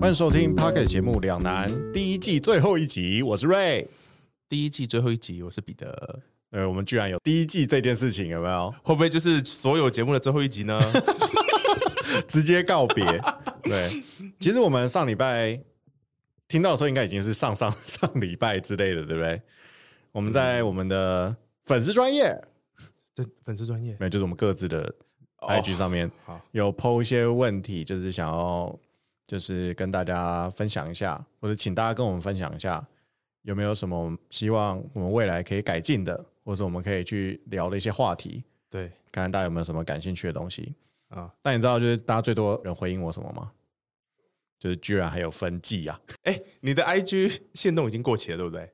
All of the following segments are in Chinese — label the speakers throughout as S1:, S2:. S1: 欢迎收听 p o c k e t 节目《两难》第一季最后一集，我是瑞。
S2: 第一季最后一集，我是彼得。
S1: 呃，我们居然有第一季这件事情，有没有
S2: 会不会就是所有节目的最后一集呢？
S1: 直接告别？对，其实我们上礼拜听到的时候，应该已经是上上上礼拜之类的，对不对？我们在我们的粉丝专业，
S2: 这粉丝专业
S1: 没有，就是我们各自的
S2: 哦
S1: IG 上面
S2: 好
S1: 有 PO 一些问题，就是想要就是跟大家分享一下，或者请大家跟我们分享一下，有没有什么希望我们未来可以改进的，或者我们可以去聊的一些话题，
S2: 对
S1: 看看大家有没有什么感兴趣的东西。
S2: 啊，
S1: 但你知道，就是大家最多人回应我什么吗？就是居然还有分季啊！
S2: 哎、你的 IG 限动已经过期了，对不对？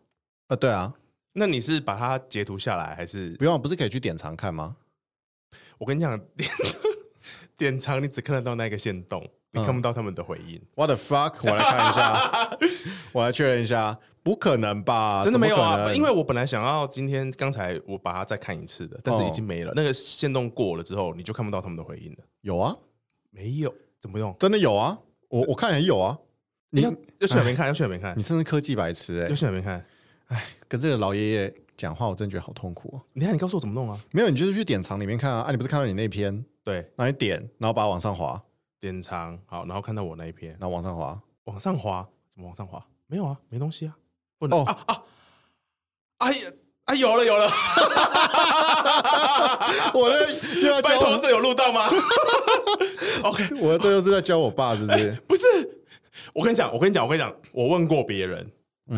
S1: 啊，对啊，
S2: 那你是把它截图下来，还是
S1: 不用，不是可以去典藏看吗？
S2: 我跟你讲， 典典藏你只看得到那个限动，
S1: 嗯
S2: 你看不到他们的回应，
S1: What the fuck！我来看一下， 我来确认一下，不可能吧？
S2: 真的没有
S1: 怎么可
S2: 啊？
S1: 能
S2: 因为我本来想要今天刚才我把它再看一次的，但
S1: 哦
S2: 是已经没了。那个限动过了之后，你就看不到他们的回应了。
S1: 有啊，
S2: 没有，怎么用？
S1: 真的有啊，我我看也有啊。
S2: 你
S1: 你哎
S2: 要要去哪边看？要去哪边看
S1: 你？真是科技白痴哎、
S2: 要去哪边看？
S1: 跟这个老爷爷讲话，我真觉得好痛苦、哦。
S2: 你看，你告诉我怎么弄啊？
S1: 没有，你就是去典藏里面看啊。啊，你不是看到你那篇，
S2: 对，
S1: 然后你点，然后把它往上滑，
S2: 典藏好，然后看到我那一篇
S1: 然，后往上 滑。
S2: 往上滑，怎么往上滑？没有啊，没东西啊，不能、
S1: 哦
S2: 啊啊！哎呀，啊有了有了，
S1: 我这又要
S2: 拜
S1: 教
S2: 托，
S1: 我，
S2: 这有录到吗？OK，
S1: 我这又是在教我爸，是不是？
S2: 不是，我跟你讲，我跟你讲，我跟你讲，我问过别人，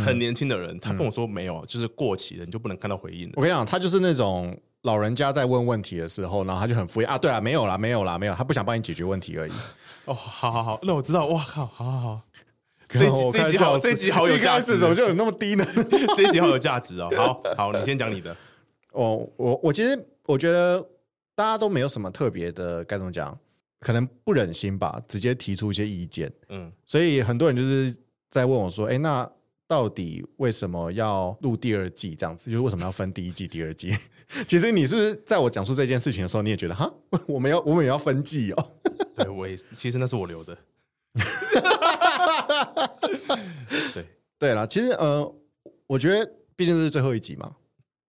S2: 很年轻的人，他跟我说没有，啊就是过期了，你就不能看到回应了。
S1: 我跟你讲，他就是那种老人家在问问题的时候，然后他就很敷衍啊，对啊，没有啦，没有啦，没有，他不想帮你解决问题而已。
S2: 哦，好好好，那我知道，哇靠，好好好，
S1: 这
S2: 这一集这一集好这一集好有价值
S1: 怎么就有那么低呢？
S2: 这一集好有价值哦。好好，你先讲你的，
S1: 哦，我我其实我觉得大家都没有什么特别的，该怎么讲？可能不忍心吧，直接提出一些意见，
S2: 嗯，
S1: 所以很多人就是在问我说：“哎，那到底为什么要录第二季？这样子，就是为什么要分第一季、第二季？” 其实你是不是在我讲述这件事情的时候，你也觉得哈，我们要我们也要分季哦。
S2: 对我也是其实那是我留 的，对。
S1: 对啦，其实呃，我觉得毕竟是最后一集嘛，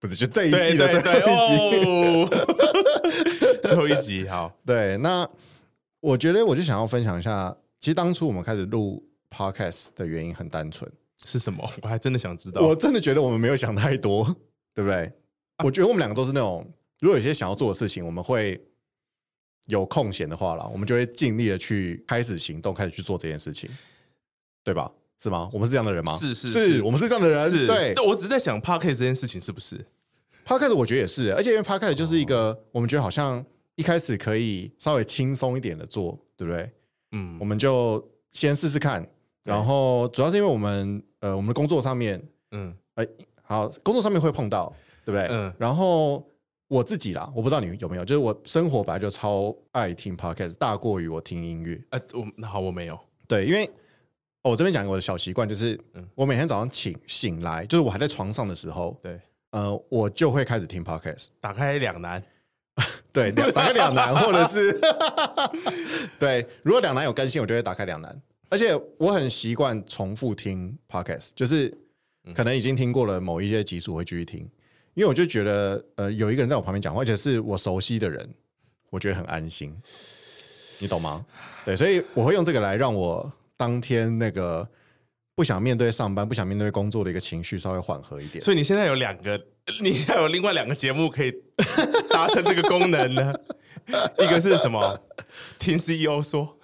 S1: 不是就这一
S2: 对
S1: 季的最
S2: 对对
S1: 后一集。
S2: 哦、 最后一集好，
S1: 对，那我觉得我就想要分享一下，其实当初我们开始录 podcast 的原因很单纯，
S2: 是什么？ 我还真的想知道。
S1: 我真的觉得我们没有想太多， 对不对？我觉得我们两个都是那种，如果有些想要做的事情，我们会有空闲的话啦，我们就会尽力的去开始行动，开始去做这件事情，对吧？是吗？我们是这样的人吗？
S2: 是是
S1: 是，
S2: 是
S1: 我们是这样的人。
S2: 是
S1: 对
S2: 我只是在想 p a r k 这件事情是不是？
S1: ，podcast 我觉得也是，而且因为 podcast 就是一个、我们觉得好像一开始可以稍微轻松一点的做，对不对？
S2: 嗯
S1: 我，们就先试试看。
S2: 对
S1: 然后主要是因为我们呃，我们的工作上面，
S2: 嗯
S1: 好，工作上面会碰到，对不对？
S2: 嗯
S1: 然后我自己啦，我不知道你有没有，就是我生活本来就超爱听 podcast，大过于我听音乐。
S2: 呃，我那好，我没有。
S1: 对，因为、哦、我这边讲个我的小习惯，就是、
S2: 嗯
S1: 我每天早上醒醒来，就是我还在床上的时候，
S2: 对，
S1: 呃，我就会开始听 podcast。
S2: 打开两难，
S1: 对，两打开两难，或者是 对，如果两难有更新，我就会打开两难。而且我很习惯重复听 podcast，就是可能已经听过了某一些集数，我会继续听，因为我就觉得呃，有一个人在我旁边讲话，而且是我熟悉的人，我觉得很安心，你懂吗？对，所以我会用这个来让我当天那个不想面对上班、不想面对工作的一个情绪稍微缓和一点。
S2: 所以你现在有两个， 你还有另外两个节目可以 达成这个功 能呢。一个是什么？听 CEO 说，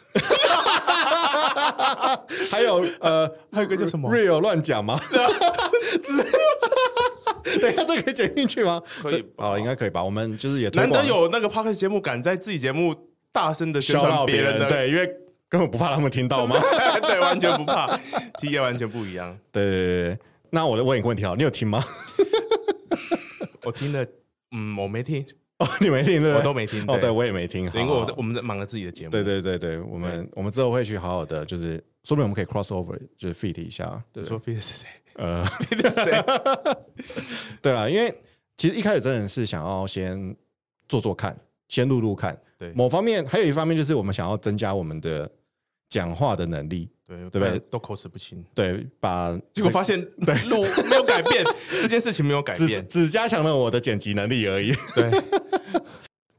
S1: 还有呃，
S2: 还有一个叫什么？
S1: real 乱讲吗？之类的等一下，这可以剪进去吗？
S2: 可以
S1: 这好，应该可以吧？我们就是也推
S2: 难
S1: 广
S2: 得有那个 p a r k 节目敢在自己节目大声的宣
S1: 笑到
S2: 传
S1: 别
S2: 人
S1: 人
S2: 的，
S1: 对，因为根本不怕他们听到吗？
S2: 对，完全不怕体验完全不一样。
S1: 对对对对对。那我问一个问题好，你有听吗？
S2: 我听了，嗯，我没听，
S1: 哦，你没听对不对？
S2: 我都没听
S1: 哦，
S2: 对
S1: 对我也没听。好
S2: 因为我在
S1: 好
S2: 我们在忙着自己的节目。
S1: 对对对对，我们我们之后会去好好的，就是说不定我们可以 cross over，就是 feed 一下。
S2: 你说 Peter 是谁
S1: 呃，
S2: ？Peter 是谁？
S1: 对啦，因为其实一开始真的是想要先做做看，先录录看。
S2: 对
S1: 某方面还有一方面就是我们想要增加我们的讲话的能力，
S2: 对
S1: 对不对？
S2: 都口齿不清，
S1: 对，把
S2: 结果发现路没有改变， 这件事情没有改
S1: 只
S2: 变。
S1: 只加强了我的剪辑能力而已。
S2: 对，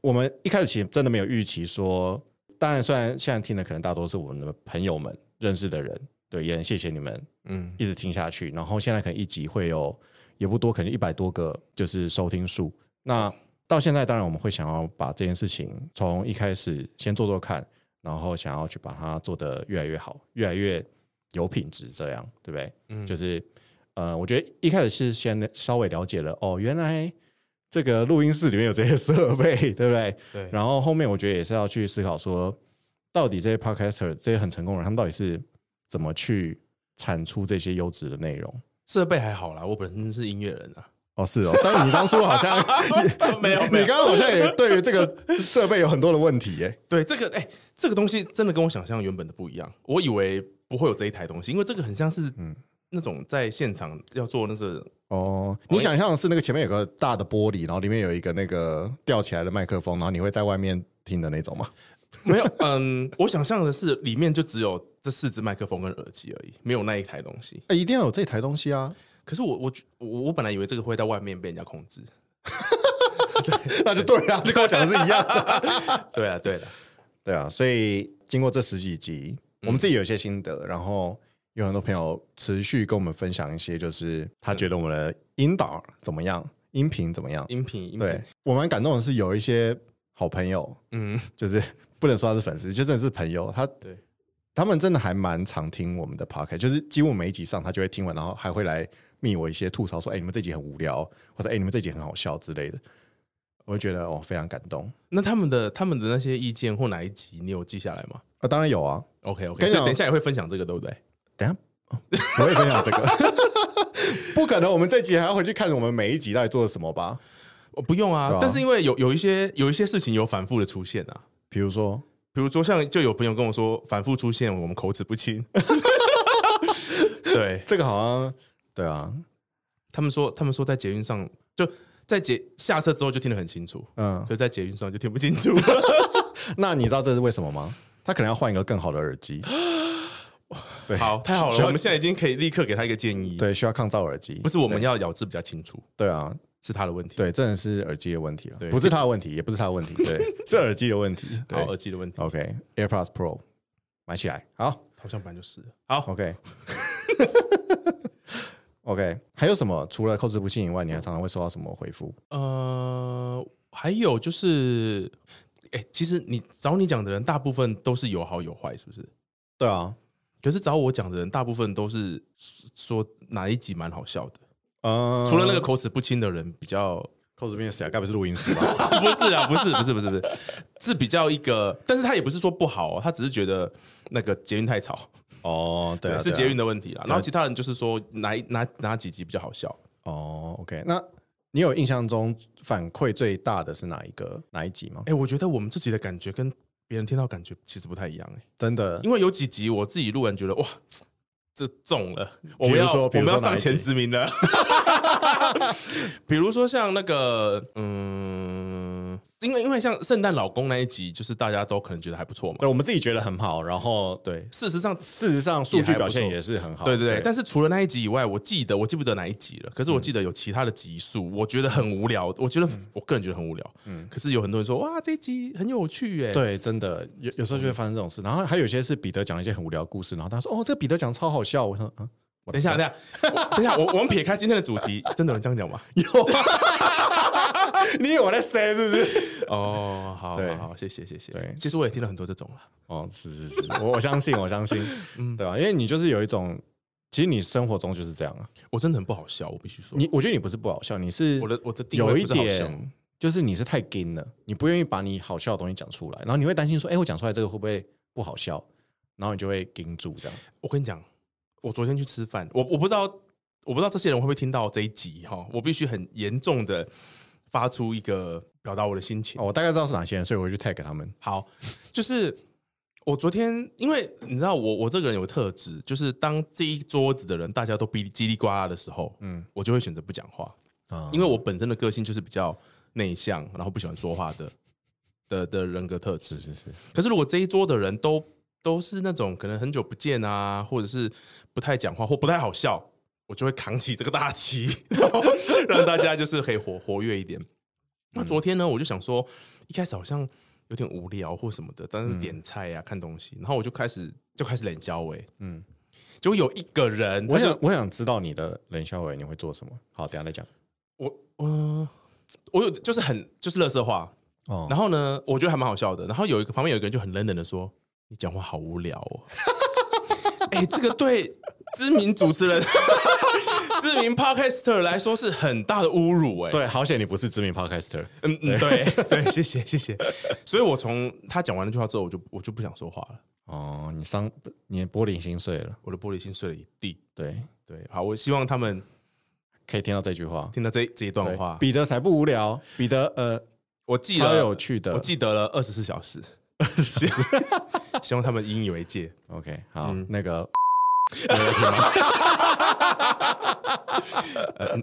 S1: 我们一开始其实真的没有预期说，当然，虽然现在听的可能大多是我们的朋友们认识的人，对，也很谢谢你们
S2: 嗯，
S1: 一直听下去。然后现在可能一集会有也不多，可能一百多个就是收听数。那到现在，当然我们会想要把这件事情从一开始先做做看，然后想要去把它做得越来越好，越来越有品质，这样对不对？
S2: 嗯
S1: 就是呃，我觉得一开始是先稍微了解了哦，原来这个录音室里面有这些设备，对不对？
S2: 对，
S1: 然后后面我觉得也是要去思考说，到底这些 podcaster 这些很成功的人，他们到底是怎么去产出这些优质的内容？
S2: 设备还好啦，我本身是音乐人啊，
S1: 哦，是哦，但是你当初好 像
S2: 没有没
S1: 你
S2: 有，
S1: 刚刚好像也对于这个设备有很多的问题耶。
S2: 对这个哎、这个东西真的跟我想象原本的不一样，我以为不会有这一台东西，因为这个很像是
S1: 嗯
S2: 那种在现场要做那个
S1: 哦，你想象的是那个前面有个大的玻璃，然后里面有一个那个吊起来的麦克风，然后你会在外面听的那种吗？
S2: 没有，嗯，我想象的是里面就只有这四支麦克风跟耳机而已，没有那一台东西。
S1: 哎、一定要有这台东西啊！
S2: 可是我我我我本来以为这个会在外面被人家控制。
S1: 那就对啊了，就跟我讲的是一样的。
S2: 对啊，对了，
S1: 对啊，所以经过这十几集，我
S2: 嗯
S1: 们自己有一些心得，然后有很多朋友持续跟我们分享一些，就是他觉得我们的音档怎么样，音频怎么样。
S2: 音频音
S1: 对
S2: 频，
S1: 我蛮感动的是，有一些好朋友，
S2: 嗯，
S1: 就是 不能说他是粉丝，就真的是朋友，他
S2: 对
S1: 他们真的还蛮常听我们的 podcast，就是几乎每一集上他就会听完，然后还会来密我一些吐槽，说：“哎、你们这集很无聊，或者哎、你们这集很好笑之类的。”我就觉得哦，非常感动。
S2: 那他们的他们的那些意见或哪一集你有记下来吗
S1: 啊，当然有啊，
S2: ？OK OK，
S1: 跟你
S2: 所以
S1: 讲
S2: 等一下也会分享这个，对不对？
S1: 等一下哦我也分享这个， 不可能，我们这集还要回去看我们每一集到底做了什么吧？
S2: 哦，不用啊，
S1: 对啊
S2: 但是因为有有一些有一些事情有反复的出现啊，
S1: 比如说，
S2: 比如说像就有朋友跟我说反复出现我们口齿不清， 对，
S1: 这个好像对啊，
S2: 他们说，他们说在捷运上，就在捷下车之后就听得很清楚，
S1: 嗯，
S2: 可是在捷运上就听不 清楚。
S1: 那你知道这是为什么吗？他可能要换一个更好的耳 机，对，
S2: 好，太好
S1: 需
S2: 了，
S1: 要
S2: 我们现在已经可以立刻给他一个建议，
S1: 对，需要抗噪耳机，
S2: 不是我们要咬字比较清楚，
S1: 对啊，
S2: 是他的问题，
S1: 对，真的是耳机的问题了
S2: 对，
S1: 不是他的问题，也不是他的问题， 对，是耳机的问题，
S2: 好
S1: 对
S2: 耳机的问题，
S1: ，OK，AirPods Pro 买起来，好
S2: 好像本来就是。好，
S1: ，OK。OK，还有什么？除了口齿不清以外，你还常常会收到什么回复？
S2: 呃，还有就是，哎、其实你找你讲的人，大部分都是有好有坏，是不是？
S1: 对啊，
S2: 可是找我讲的人，大部分都是说哪一集蛮好笑的，
S1: 呃，
S2: 除了那个口齿不清的人比较
S1: 扣子边的谁啊？该不是录音师吧？
S2: 不是啊，不是，不是，不是，不是，是比较一个，但是他也不是说不好、哦，他只是觉得那个捷运太吵，
S1: 哦，对啊，
S2: 是
S1: 对啊
S2: 捷运的问题啦。然后其他人就是说哪一哪哪几集比较好笑，
S1: 哦。OK，那你有印象中反馈最大的是哪一个哪一集吗？
S2: 哎、我觉得我们自己的感觉跟别人听到感觉其实不太一样、哎，
S1: 真的，
S2: 因为有几集我自己录完觉得哇。这中了，我们
S1: 比如
S2: 要
S1: 说
S2: 我
S1: 比如
S2: 们
S1: 说
S2: 要上
S1: 哪一集
S2: 前十名了。 比如说像那个，嗯，因为因为像圣诞老公那一集，就是大家都可能觉得还不错嘛。
S1: 对我们自己觉得很好，然后对，
S2: 事实上，
S1: 事实上数
S2: 也还
S1: 据
S2: 不
S1: 表现
S2: 错
S1: 也是很好。
S2: 对对对，但是除了那一集以外，我记得我记不得哪一集了，可是我
S1: 嗯
S2: 记得有其他的集数，我觉得很无聊，我觉得我个人觉得很无聊。嗯，可是有很多人说哇，这一集很有趣耶。，
S1: 对，真的有有时候就会发生这种事。然后还有一些是彼得讲了一些很无聊的故事，然后他说：“哦，这个彼得讲超好笑。”我说：“嗯，我
S2: 等一下，等一下，我等一下，我我们撇开今天的主题，真的有人这样讲吗？
S1: 有啊，你以为我在塞是不是？
S2: 哦，好
S1: 对
S2: 好好，谢谢谢谢。
S1: 对
S2: 其实我也听了很多这种了。
S1: 哦，是是是，我我相信，我相 信，对啊吧？因为你就是有一种，其实你生活中就是这样啊。
S2: 我真的很不好笑，我必须说，
S1: 你我觉得你不是不好笑，你是
S2: 我的我的定
S1: 有
S2: 位
S1: 一
S2: 不是好笑，
S1: 点就是你是太硬了，你不愿意把你好笑的东西讲出来，然后你会担心说，哎、我讲出来这个会不会不好笑？然后你就会盯住这样子。
S2: 我跟你讲，我昨天去吃饭，我我不知道，我不知道这些人会不会听到这一集哈，我必须很严重的发出一个表达我的心情。
S1: 哦，我大概知道是哪些人，所以我就 tag 他们。
S2: 好，就是我昨天，因为你知道我我这个人有个特质，就是当这一桌子的人大家都哔哩叽里呱啦的时候，嗯，我就会选择不讲话，
S1: 啊、
S2: 因为我本身的个性就是比较内向，然后不喜欢说话的的的人格特质。
S1: 是是是，
S2: 可是如果这一桌的人都都是那种可能很久不见啊，或者是不太讲话或不太好笑，我就会扛起这个大旗， 然后让大家就是可以活活跃一点。那
S1: 嗯
S2: 昨天呢，我就想说，一开始好像有点无聊或什么的，但是点菜啊、看东西，然后我就开始就开始冷交哎，嗯
S1: 嗯，
S2: 结果有一个人，
S1: 我
S2: 他就
S1: 想我想知道你的冷笑伟你会做什么？好，等一下再讲。
S2: 我嗯、我有就是很就是乐色话，
S1: 哦，
S2: 然后呢，我觉得还蛮好笑的。然后有一个旁边有一个人就很冷冷的说：“你讲话好无聊哦。”哎、这个对知名主持人、 知名 podcaster 来说是很大的侮辱 哎、
S1: 对，好险你不是知名 podcaster。
S2: 嗯嗯，对对，谢谢谢谢。所以我从他讲完那句话之后，我就我就不想说话了，
S1: 哦，你伤你的玻璃心碎了。
S2: 我的玻璃心碎了一地。
S1: 对，
S2: 对，好，我希望他们
S1: 可以听到这句话。
S2: 听到这这一段
S1: 对
S2: 话，
S1: 彼得才不无聊，彼得呃
S2: 我记
S1: 超
S2: 得
S1: 有趣的。
S2: 我记得了二十四小时，希望 希望他们引以为 戒。
S1: OK，好，那个
S2: 呃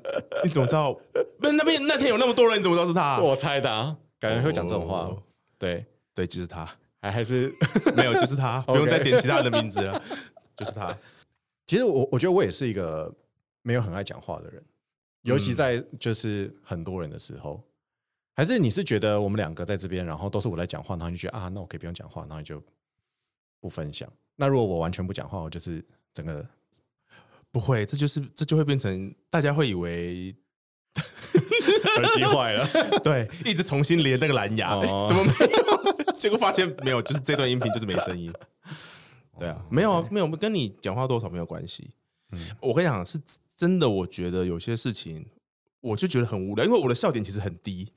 S2: 你怎么知道？那那边那天有那么多人，你怎么知道是他、
S1: 我猜的，啊，感觉会讲这种话
S2: 哦。
S1: 对，
S2: 对，就是他，
S1: 还还是
S2: 没有就 是他，不用再点其他人的名字了，就是他。
S1: 其实我我觉得我也是一个没有很爱讲话的人，尤其在就是很多人的时候。还是你是觉得我们两个在这边，然后都是我在讲话，然后你就觉得啊，那我可以不用讲话，然后你就不分享。那如果我完全不讲话，我就是整个
S2: 不会，这就是这就会变成大家会以为
S1: 耳机坏了。
S2: 对，一直重新连那个蓝牙，
S1: 哦
S2: 诶 怎么没有？结果发现没有，就是这段音频就是没 声音。对啊，没有啊，没有，跟你讲话多少没有关系。
S1: 嗯
S2: 我跟你讲，是真的，我觉得有些事情我就觉得很无聊，因为我的笑点其实很低，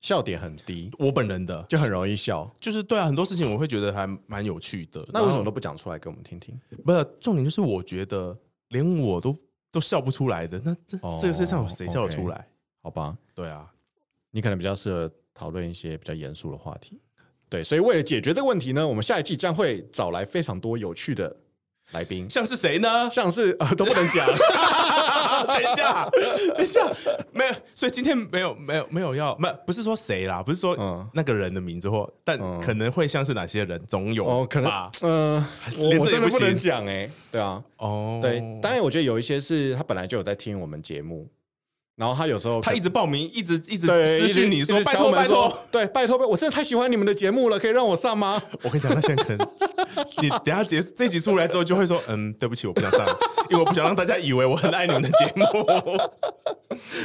S1: 笑点很低，
S2: 我本人的
S1: 就很容易笑。
S2: 就是对啊，很多事情我会觉得还蛮有趣的。
S1: 那为什么
S2: 然后
S1: 都不讲出来给我们听听？
S2: 不是重点？就是我觉得连我都都笑不出来的，那这、
S1: 哦
S2: 这个世界上有谁笑得出来？
S1: 好吧，
S2: 对啊，
S1: 你可能比较适合讨论一些比较严肃的话题。对，所以为了解决这个问题呢，我们下一季将会找来非常多有趣的来宾，？
S2: 像是谁呢
S1: 像是呃都不能讲。
S2: 等一下，等一下，没有，所以今天没有没有没有要，没有不是说谁啦，不是说
S1: 嗯
S2: 那个人的名字或，但
S1: 嗯
S2: 可能会像是哪些人，总有
S1: 哦，可能
S2: 吧
S1: 呃，
S2: 连
S1: 我我
S2: 这也
S1: 真的
S2: 不
S1: 不能
S2: 行
S1: 讲哎、对啊，
S2: 哦，
S1: 对，当然我觉得有一些是他本来就有在听我们节目，然后他有时候
S2: 他
S1: 可
S2: 一直报名，一直一直
S1: 对
S2: 私
S1: 一
S2: 讯
S1: 直
S2: 你说
S1: 一直
S2: 拜
S1: 敲
S2: 托
S1: 门
S2: 拜托，
S1: 说对拜托拜，我真的太喜欢你们的节目了，可以让我上吗？
S2: 我跟你讲，那些人可能你等一下结这集出来之后，就会说，嗯，对不起，我不想上，因为我不想让大家以为我很爱你们的节目。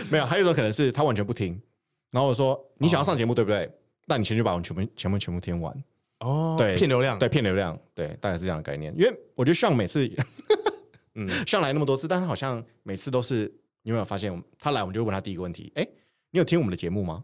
S1: 没有，还有一种可能是他完全不听，然后我说你想要上节目对不对？那你先去把我们全部全部全部听完，
S2: 哦，
S1: 对
S2: 骗流量，
S1: 对，骗流量，对，大概是这样的概念。因为我觉得上每次，
S2: 嗯
S1: 嗯， 上来那么多次，但他好像每次都是，你有没有发现我们，他来我们就会问他第一个问题，哎、你有听我们的节目吗？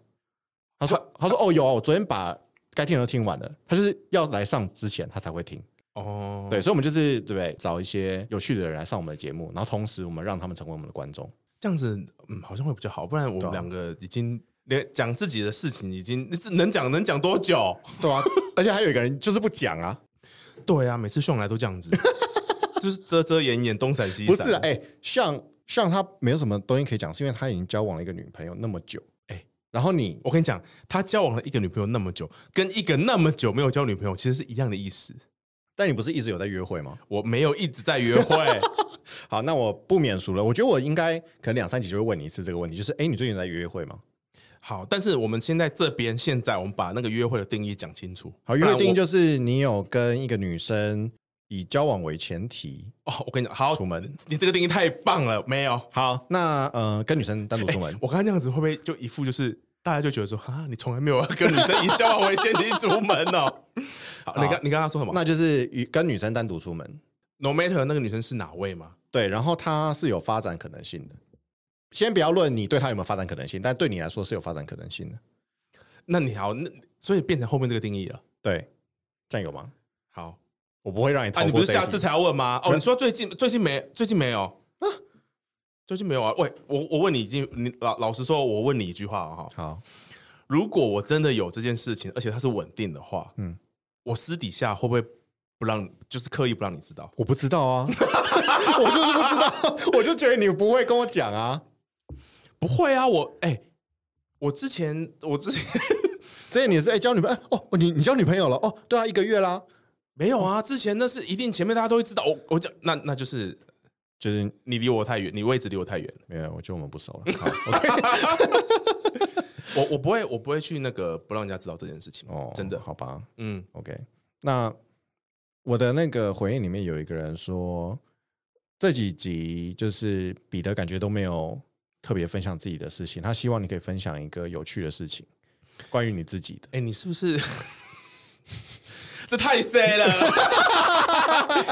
S1: 他说，他说，哦，有啊，我昨天把该听的都听完了。他就是要来上之前，他才会听。
S2: 哦，
S1: 对，所以我们就是对不对，找一些有趣的人来上我们的节目，然后同时我们让他们成为我们的观众。
S2: 这样子，嗯，好像会比较好，不然我们
S1: 对啊
S2: 两个已经连讲自己的事情已经能讲能讲多久？
S1: 对啊，而且还有一个人就是不讲 啊，
S2: 对啊，每次上来都这样子， 就是遮遮掩掩，东闪西
S1: 不
S2: 闪。
S1: 是啊，哎、像像他没有什么东西可以讲，是因为他已经交往了一个女朋友那么久，哎、然后你
S2: 我跟你讲，他交往了一个女朋友那么久，跟一个那么久没有交女朋友其实是一样的意思。
S1: 但你不是一直有在约会吗？
S2: 我没有一直在约 会，
S1: 好，那我不免俗了，我觉得我应该可能两三集就会问你一次这个问题，就是哎、你最近有在约会吗？
S2: 好，但是我们现在这边现在我们把那个约会的定义讲清楚。
S1: 好，约会定义
S2: 就
S1: 就是你有跟一个女生以交往为前提
S2: 哦，我跟你讲，好
S1: 出，门。
S2: 你这个定义太棒了，没有。
S1: 好，那呃，跟女生单独出门，
S2: 我刚刚那样子会不会就一副就是大家就觉得说啊，你从来没有跟女生以交往为前提出门 哦？好，你刚你刚刚说什么？
S1: 啊那就是与跟女生单独出门。
S2: 那 No matter 那个女生是哪位吗？
S1: 对，然后她是有发展可能性的。先不要论你对她有没有发展可能性，但对你来说是有发展可能性的。
S2: 那你好，那所以变成后面这个定义了。
S1: 对，这样有吗？
S2: 好
S1: 我不会让你
S2: 啊，
S1: 逃
S2: 你不
S1: 过
S2: 是
S1: 这一
S2: 下次
S1: 题。
S2: 才要问吗？哦，
S1: 没
S2: 你说最近最近没最近没有啊？最近没有啊？喂，我我问你已经你老老实说，我问你一句话哈、哦，
S1: 好，
S2: 如果我真的有这件事情，而且它是稳定的话，嗯
S1: 嗯，
S2: 我私底下会不会不让，就是刻意不让你知道？
S1: 我不知道啊，我 就是不知道，我 就觉得你不会跟我讲啊。
S2: 不会啊，我哎、我之前我之前
S1: 这你是哎、交女朋友哎哦，你你交女朋友了哦，对啊，一个月啦，
S2: 没有啊，之前那是一定前面大家都会知道，我我讲那那就是
S1: 就是
S2: 你离我太远，你位置离我太远了。
S1: 没有，我觉得我们不熟 了。好 OK
S2: 我我不会我不会去那个不让人家知道这件事情。
S1: 哦，
S2: 真的
S1: 好吧
S2: 嗯，
S1: ，OK。那我的那个回应里面有一个人说，这几集就是彼得感觉都没有特别分享自己的事情，他希望你可以分享一个有趣的事情，关于你自己的。
S2: 哎、你是不是？这太 C 了。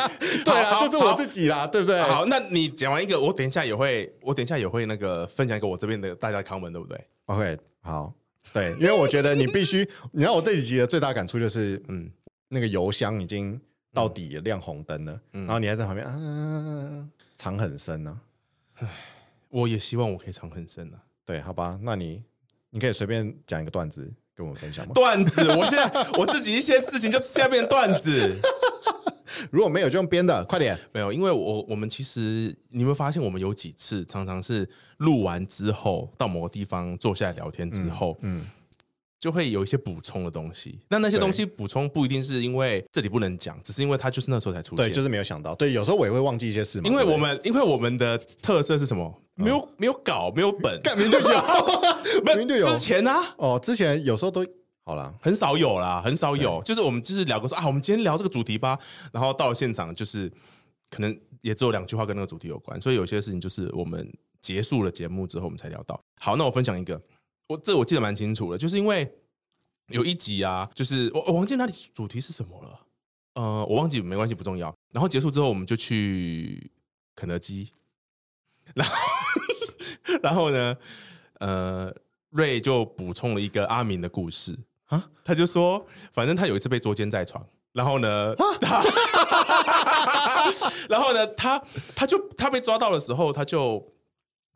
S1: 对啊，
S2: 好
S1: 就是我
S2: 好
S1: 自己啦，对不对？
S2: 好，那你讲完一个，我等一下也会，我等一下也会那个分享一个我这边的大家的 comment，对不对？
S1: OK，好，对，因为我觉得你必须，你知道我这几集的最大感触就是，
S2: 嗯
S1: 嗯，那个油箱已经到底了亮红灯了，
S2: 嗯
S1: 然后你还在旁边啊，藏很深呢、
S2: 我也希望我可以藏很深 啊。
S1: 对，好吧，那你你可以随便讲一个段子跟我们分享吗？
S2: 段子，我现在我自己一些事情就现在变成段子，
S1: 如果没有就用编的，快点。
S2: 没有，因为我我们其实你会发现，我们有几次常常是录完之后到某个地方坐下来聊天之后，
S1: 嗯，
S2: 就会有一些补充的东西。那那些
S1: 对
S2: 东西补充不一定是因为这里不能讲，只是因为它就是那时候才出现。
S1: 对，就是没有想到，对，有时候我也会忘记一些事嘛，
S2: 因为
S1: 对不对
S2: 我们因为我们的特色是什么？没有没有稿，没有本，
S1: 干明就 有，
S2: 不是
S1: 明明就有
S2: 之前啊，
S1: 哦，之前有时候都好啦，
S2: 很少有啦，很少有。就是我们就是聊个说啊，我们今天聊这个主题吧，然后到了现场就是可能也只有两句话跟那个主题有关，所以有些事情就是我们结束了节目之后我们才聊到。好，那我分享一个，我这我记得蛮清楚的，就是因为有一集啊，就是我我忘记那里主题是什么了，呃，我忘记没关系，不重要。然后结束之后我们就去肯德基，然后 然后呢，呃。瑞就补充了一个阿明的故事，他就说，反正他有一次被捉奸在床，然后呢，他 然后呢，他他就他被抓到的时候，他就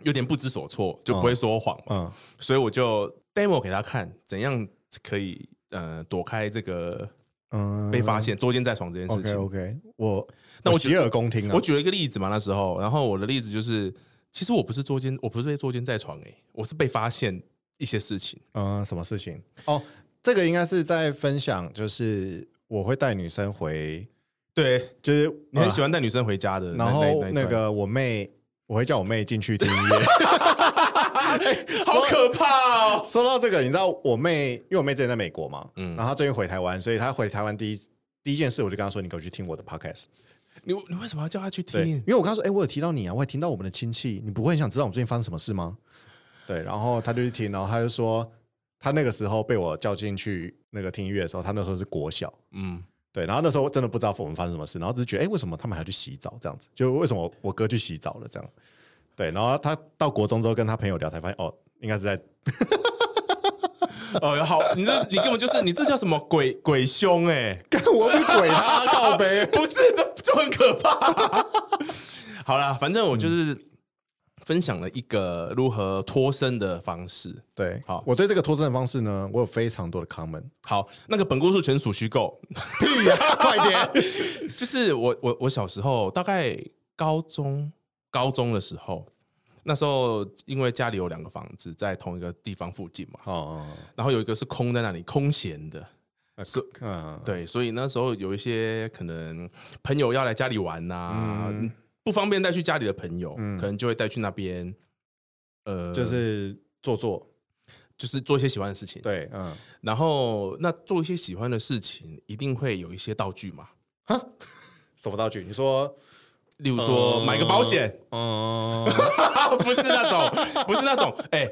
S2: 有点不知所措，就不会说谎嘛，
S1: 嗯，
S2: 所以我就 demo 给他看，怎样可以呃躲开这个
S1: 嗯
S2: 被发现捉奸在床这件事
S1: OK
S2: 情。
S1: OK，我
S2: 那我
S1: 洗耳恭听啊，
S2: 我举了一个例子嘛，那时候，然后我的例子就是，其实我不是捉奸，我不是被捉奸在床、欸，我是被发现一些事情。
S1: 嗯，什么事情？哦，这个应该是在分享，就是我会带女生回，
S2: 对
S1: 就是
S2: 你很喜
S1: 欢，
S2: 欢带女生回家的，
S1: 啊然
S2: 一
S1: 后
S2: 段
S1: 那个我妹，我会叫我妹进去听音 乐。
S2: 哎好可怕哦。
S1: 说到这个，你知道我妹，因为我妹之前在美国嘛，
S2: 嗯
S1: 嗯，然后她最近回台湾，所以她回台湾第一第一件事，我就跟她说，你给我去听我的 podcast。
S2: 你你为什么要叫他去
S1: 对，
S2: 听
S1: 因？为我跟她说，哎、我有提到你啊，我也听到我们的亲戚，你不会很想知道我们最近发生什么事吗？对，然后她就去听，然后她就说，她那个时候被我叫进去那个听音乐的时候，她那时候是国小。
S2: 嗯，
S1: 对，然后那时候真的不知道我们发生什么事，然后只是觉得，哎，为什么他们还要去洗澡这样子？就为什么我我哥去洗澡了这样？对，然后他到国中之后跟他朋友聊，才发现哦，应该是在
S2: 哦，好，你这你根本就是你这叫什么鬼鬼凶哎、
S1: 干我不鬼啊他告 呗。
S2: 不是，这就很可怕。 好啦，反正我就是分享了一个如何脱身的方式。
S1: 对，
S2: 好
S1: 我对这个脱身的方式呢，我有非常多的 comment。
S2: 好，那个本故事纯属虚构，
S1: 屁呀、 快点！
S2: 就是我我我小时候大概高中高中的时候，那时候因为家里有两个房子在同一个地方附近嘛，
S1: 好 哦，
S2: 然后有一个是空在那里空闲的，
S1: 那
S2: 所
S1: 嗯，
S2: 对，所以那时候有一些可能朋友要来家里玩呐、
S1: 嗯
S2: 不方便带去家里的朋友，
S1: 嗯
S2: 可能就会带去那边，呃，
S1: 就是做作。
S2: 就是做一些喜欢的事情。
S1: 对，嗯，
S2: 然后那做一些喜欢的事情，一定会有一些道具嘛，
S1: 什么道具？你说，
S2: 例如说、
S1: 嗯
S2: 买个保险，
S1: 嗯，
S2: 不是那种，不是那种，哎、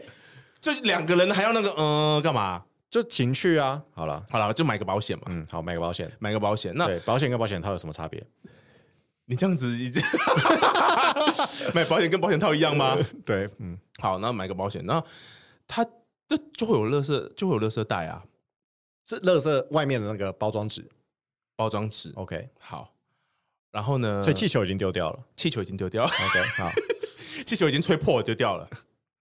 S2: 就两个人还要那个，嗯、干嘛？
S1: 就情趣啊。好了，
S2: 好了，就买个保险嘛，
S1: 嗯，好，买个保险。
S2: 买个保险。那
S1: 对，保险跟保险套有什么差 别？
S2: 你这样子已经 买保险跟保险套一样吗？
S1: 对，嗯，
S2: 好，那买个保险，那它这就会有垃圾，就会有垃圾袋啊，
S1: 是垃圾外面的那个包装纸。
S2: 嗯包装纸。
S1: OK，
S2: 好，然后呢？
S1: 所以气球已经丢掉了。
S2: 气球已经丢掉，
S1: OK，好，
S2: 气球已经吹破了丢掉了。嗯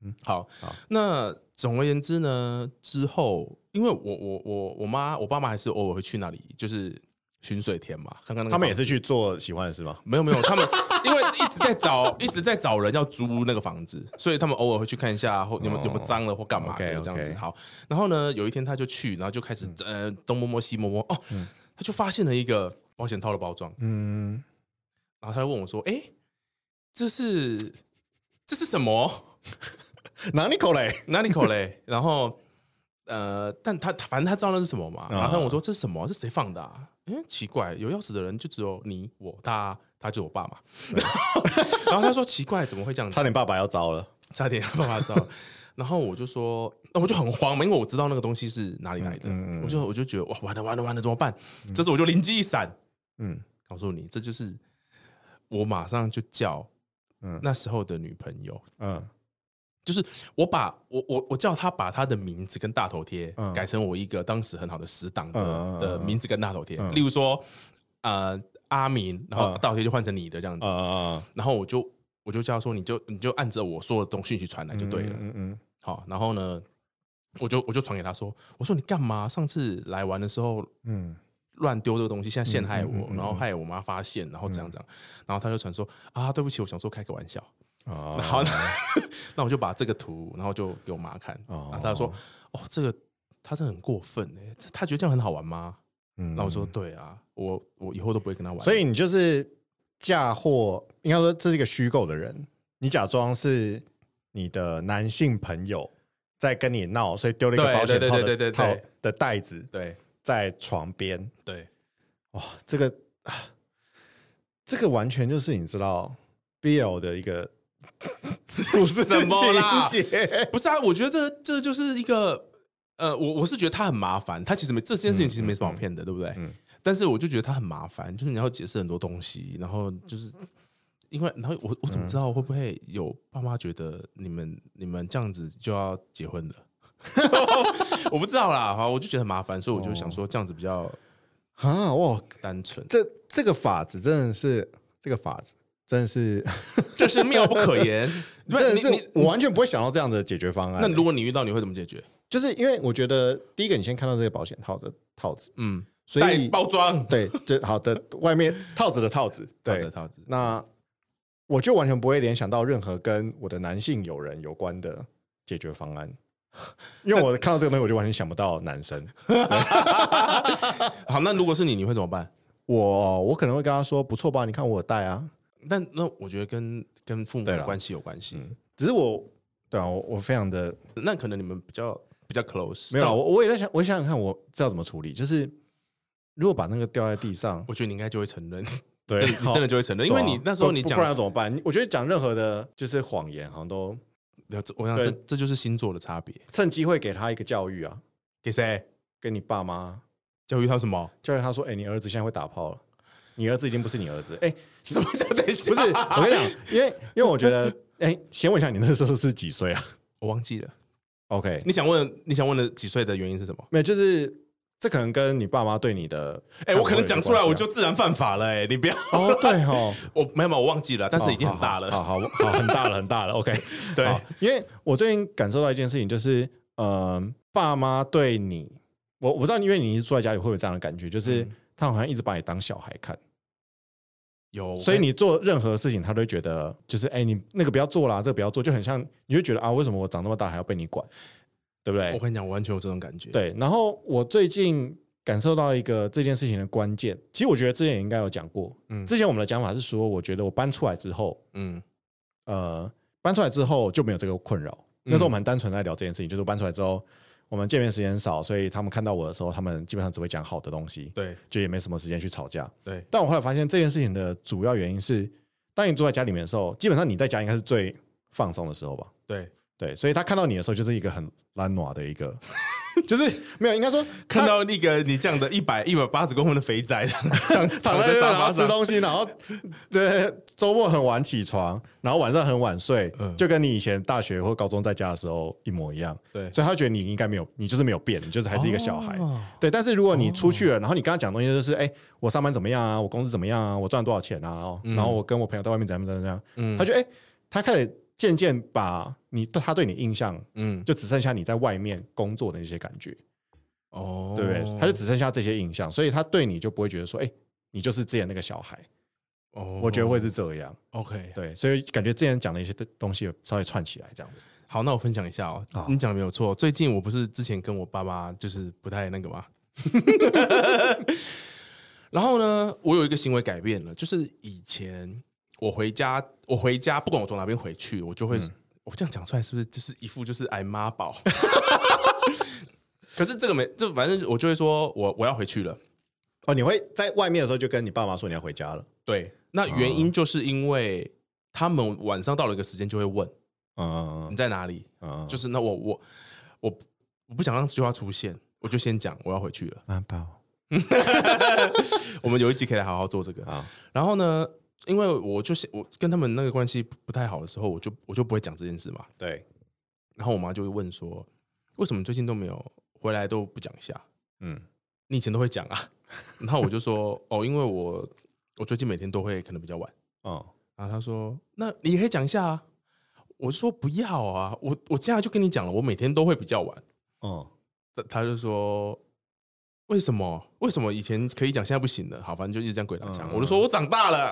S1: 嗯，
S2: 好，
S1: 好
S2: 那总而言之呢，之后因为我我我我妈我爸妈还是偶尔会去那里，就是巡水田嘛，看看那个
S1: 他们也
S2: 房子
S1: 是去做喜欢的事吗？
S2: 没有没有，他们 因为一直在找一直在找人要租那个房子，所以他们偶尔会去看一下，或有没有有没有脏了或干嘛的
S1: OK，OK
S2: 这样子。好，然后呢，有一天他就去，然后就开始呃东摸摸西摸摸，哦，他就发现了一个保险套的包装，
S1: 嗯，
S2: 然后他就问我说：“哎、这是这是什么
S1: 哪里口嘞？
S2: ？Nanico 嘞？” 然后呃，但他他反正他知道那是什么嘛，然
S1: 啊
S2: 后他问我说：“这是什么？是谁放的、啊？”嗯，奇怪，有钥匙的人就只有你、我、他，他就是我爸嘛。 然后他说：“奇怪，怎么会这样子
S1: 差点爸爸要糟了。
S2: 差点要爸知道，然后我就说，那我就很慌嘛，因为我知道那个东西是哪里来的，
S1: 嗯嗯嗯
S2: 我就我就觉得哇，完了完了完了，怎么办？这时候我就灵机一闪，
S1: 嗯，
S2: 告诉你，这就是我马上就叫，
S1: 嗯
S2: 那时候的女朋友，
S1: 嗯
S2: 就是我把我我我叫她把她的名字跟大头贴
S1: 嗯
S2: 改成我一个当时很好的死党的、
S1: 嗯嗯嗯
S2: 的
S1: 嗯
S2: 名字跟大头贴，
S1: 嗯
S2: 例如说呃阿明，然后
S1: 嗯
S2: 大头贴就换成你的这样子，
S1: 啊，
S2: 然后我就我就叫她说你就你就按着我说的东西去传来就对了。
S1: 嗯嗯
S2: 好，然后呢，我就我就传给他说，我说你干嘛？上次来玩的时候
S1: 嗯
S2: 乱丢这个东西，现在陷害我，
S1: 嗯嗯嗯嗯
S2: 然后害我妈发现，然后怎样怎样，然后他就传说啊，对不起，我想说开个玩笑。
S1: 嗯啊，
S2: 好，那那我就把这个图，然后就给我妈看，
S1: 哦
S2: 然后她说哦，这个他真的很过分哎、欸，他觉得这样很好玩吗？
S1: 嗯
S2: 然后我说对啊，我我以后都不会跟他玩了，
S1: 所以你就是嫁祸，应该说这是一个虚构的人，你假装是你的男性朋友在跟你闹，所以丢了一个
S2: 对
S1: 保险
S2: 对
S1: 套
S2: 对
S1: 的
S2: 对对对
S1: 套
S2: 对
S1: 的袋子
S2: 对
S1: 在床边，
S2: 对，
S1: 哇，这个啊这个完全就是你知道 BL 的一个故事
S2: 什么啦
S1: 情节，
S2: 不是啊，我觉得这这就是一个呃，我我是觉得他很麻烦，他其实没这件事情其实没什么好骗的，对不对？
S1: 嗯
S2: 但是我就觉得他很麻烦，就是你要解释很多东西，然后就是因为然后我我怎么知道会不会有爸妈觉得你们你们这样子就要结婚 了？我不知道啦，好，我就觉得很麻烦，所以我就想说这样子比较
S1: 啊，哇，
S2: 单纯，
S1: 这这个法子真的是这个法子真的是，
S2: 这是妙不可 言。不
S1: 真的
S2: 你
S1: 是欸
S2: 你
S1: 我完全不会想到这样的解决方案。
S2: 那如果你遇到，你会怎么解决？
S1: 就是因为我觉得第一个，你先看到这个保险套的套子，
S2: 嗯，
S1: 所
S2: 带
S1: 以
S2: 包装，
S1: 对，这好的外面套子的套子，
S2: 套子
S1: 对，
S2: 套子，
S1: 那我就完全不会联想到任何跟我的男性友人有关的解决方案，因为我看到这个东西，我就完全想不到男生。
S2: 好，那如果是你，你会怎么办？
S1: 我我可能会跟他说不错吧，你看我有带啊，
S2: 但那我觉得跟跟父母
S1: 对
S2: 的
S1: 啦嗯
S2: 关系有关系。
S1: 只是我对啊，我我非常的
S2: 那可能你们比较比较 close，
S1: 没有啦，
S2: 但
S1: 我我也在想，我想想看，我知道怎么处理，就是如果把那个掉在地上，
S2: 我觉得你应该就会承认，
S1: 对
S2: 真的 你真的就会承认，因
S1: 对啊
S2: 为你那时候
S1: 不
S2: 你
S1: 不
S2: 讲
S1: 不，然要怎么办？我觉得讲任何的就是谎言，好像都
S2: 了这我想这
S1: 对
S2: 这就是星座的差别。
S1: 趁机会给他一个教育啊，
S2: 给谁
S1: 跟你爸妈
S2: 教育他 什么？
S1: 教育他说：“哎、你儿子现在会打炮了，你儿子已经不是你儿子。哎，
S2: 什么叫等一
S1: 不是，我跟你讲，因为因为我觉得，哎、先问一下，你那时候是几岁啊
S2: 我忘记了。
S1: ？OK，
S2: 你想问你想问的几岁的原因是 什么？
S1: 没有，就是这可能跟你爸妈对你的看法有关系
S2: 哎、
S1: 啊，
S2: 我可能讲出来我就自然犯法了、哎，你不要，
S1: 哦，对哦，
S2: 我没有没有，我忘记了， 但是已经很大了。
S1: 好好好好好很大了，很大了。OK，
S2: 对，
S1: 好因为我最近感受到一件事情，就是呃，爸妈对你，我我不知道，因为你住在家里会不会有这样的感觉，
S2: 嗯
S1: 就是他好像一直把你当小孩看，
S2: 有，
S1: 所以你做任何事情，他都会觉得就是哎、你那个不要做啦，这个不要做，就很像你就觉得啊，为什么我长那么大还要被你管，对不
S2: 我
S1: 对？
S2: 跟你讲，我完全有这种感觉。，
S1: 对。然后我最近感受到一个这件事情的关键，其实我觉得之前也应该有讲过，
S2: 嗯
S1: 之前我们的讲法是说，我觉得我搬出来之后，
S2: 嗯
S1: 呃，搬出来之后就没有这个困扰。那时候我们很单纯在聊这件事情，就是我搬出来之后，我们见面时间少，所以他们看到我的时候，他们基本上只会讲好的东西，
S2: 对
S1: 就也没什么时间去吵架。
S2: 对，
S1: 但我后来发现这件事情的主要原因是，当你住在家里面的时候，基本上你在家应该是最放松的时候吧？
S2: 对，
S1: 对，所以他看到你的时候就是一个很懒暖的一个， 就是没有应该说
S2: 看到那个你这样的一百一百八十公分的肥宅躺
S1: 躺
S2: 躺
S1: 在那
S2: 在沙
S1: 然后
S2: 发
S1: 吃
S2: 上，
S1: 东西，然后对周末很晚起床，然后晚上很晚睡，
S2: 嗯
S1: 就跟你以前大学或高中在家的时候一模一样。
S2: 对，
S1: 所以他觉得你应该没有，你就是没有变，你就是还是一个小孩。
S2: 哦
S1: 对，但是如果你出去了，然后你跟他讲东西就是，哎、我上班怎么样啊？我工资怎么样啊？我赚多少钱啊？哦然后我跟我朋友在外面怎么怎么怎么样？
S2: 嗯
S1: 他觉得，哎、他开始渐渐把你对他对你印象，
S2: 嗯，
S1: 就只剩下你在外面工作的那些感觉，
S2: 哦，
S1: 对不对？他就只剩下这些印象，所以他对你就不会觉得说，哎、你就是之前那个小孩。
S2: 哦
S1: 我觉得会是这样。
S2: OK。
S1: 对，所以感觉之前讲的一些东西稍微串起来这样子。
S2: 好，那我分享一下哦，
S1: 好
S2: 你讲的没有错。最近我不是之前跟我爸妈就是不太那个嘛， 然后呢，我有一个行为改变了，就是以前我回家，我回家不管我从哪边回去，我就会，我这样讲出来是不是就是一副就是挨妈宝？ 可是这个没，这反正我就会说我我要回去了。
S1: 哦，你会在外面的时候就跟你爸妈说你要回家了，
S2: 对，那原因就是因为他们晚上到了一个时间就会问
S1: 嗯
S2: 你在哪里，
S1: 嗯，
S2: 就是那我我我我不想让这句话出现，我就先讲我要回去了。
S1: 妈宝
S2: 我们有一集可以来好好做这个。
S1: 啊，
S2: 然后呢，因为我就是我跟他们那个关系不不太好的时候，我就我就不会讲这件事嘛。
S1: 对，
S2: 然后我妈就会问说，为什么最近都没有回来都不讲一下？
S1: 嗯
S2: 你以前都会讲啊。 然后我就说，哦，因为我我最近每天都会可能比较晚。
S1: 哦，
S2: 然后他说：“那你也可以讲一下啊。”我就说：“不要啊，我我现在就跟你讲了，我每天都会比较晚。
S1: 哦，”
S2: 他他就说：“为什么？为什么以前可以讲，现在不行了？”好，反正就一直这样鬼打墙。
S1: 嗯
S2: 我就说：“我长 大了。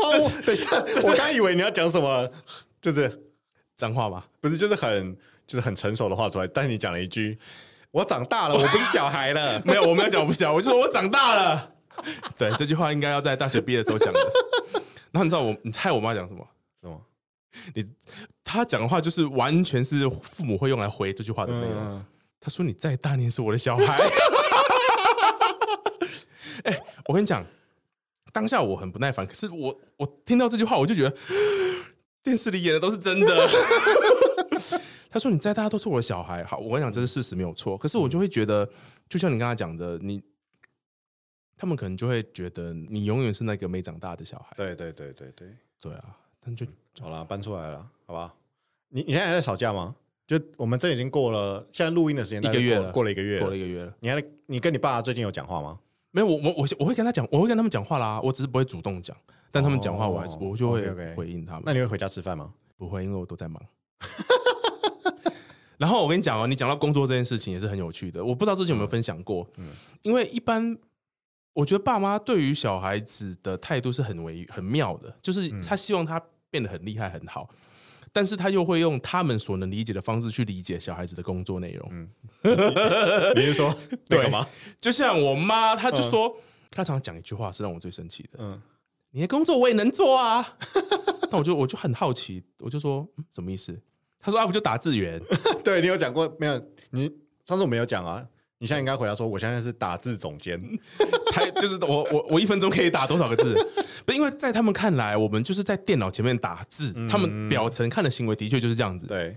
S1: 哦，等一下， 我刚以为你要讲什么，就是”
S2: 脏话吗？
S1: 不是就是很就是很成熟的话出来，但你讲了一句“我长大了，我不是小孩了
S2: 没有，我没有讲，我不讲，我就说我长大了。 对，这句话应该要在大学毕业的时候讲的。然后你知道我，你猜我妈讲什么？”，
S1: 什么？
S2: 她讲的话就是完全是父母会用来回这句话的内容。
S1: 嗯，
S2: 他说：“你再大，你也是我的小孩。” 哎、我跟你讲，当下我很不耐烦，可是我我听到这句话，我就觉得 电视里演的都是真的。 他说：“你再大都是我的小孩。”好，我跟你讲，这是事实，没有错。可是我就会觉得，就像你刚才讲的，你他们可能就会觉得你永远是那个没长大的小孩。
S1: 对对对对对，
S2: 对啊，但就
S1: 好了，搬出来了，好吧？你你现在还在吵架吗？就我们这已经过了，现在录音的时间大概
S2: 一个月
S1: 过
S2: 了
S1: 过了一个月
S2: 过了一个月了，
S1: 你还你跟你爸最近有讲话吗？
S2: 没有我我我我会跟他讲，我会跟他们讲话啦，我只是不会主动讲。但他们讲话，我还是、
S1: 哦
S2: 我就会
S1: OK，OK
S2: 回应他们。
S1: 那你会回家吃饭 吗？
S2: 不会，因为我都在忙。 然后我跟你讲哦，你讲到工作这件事情也是很有趣的，我不知道之前有没有分享过。嗯，因为一般我觉得爸妈对于小孩子的态度是很微很妙的，就是他希望他变得很厉害很好，但是他又会用他们所能理解的方式去理解小孩子的工作内容。
S1: 你是说那个吗？
S2: 就像我妈，她就说，她常常讲一句话是让我最生气的，
S1: 嗯，
S2: 你的工作我也能做啊。那我就我就很好奇，我就说、嗯什么意思？她说啊，不就打字员。
S1: 对你有讲过没有？你上次我没有讲啊，你现在应该回答说，我现在是打字总监。
S2: 台就是我我我一分钟可以打多少个字？不，因为在他们看来，我们就是在电脑前面打字，他们表层看的行为的确就是这样子。
S1: 对，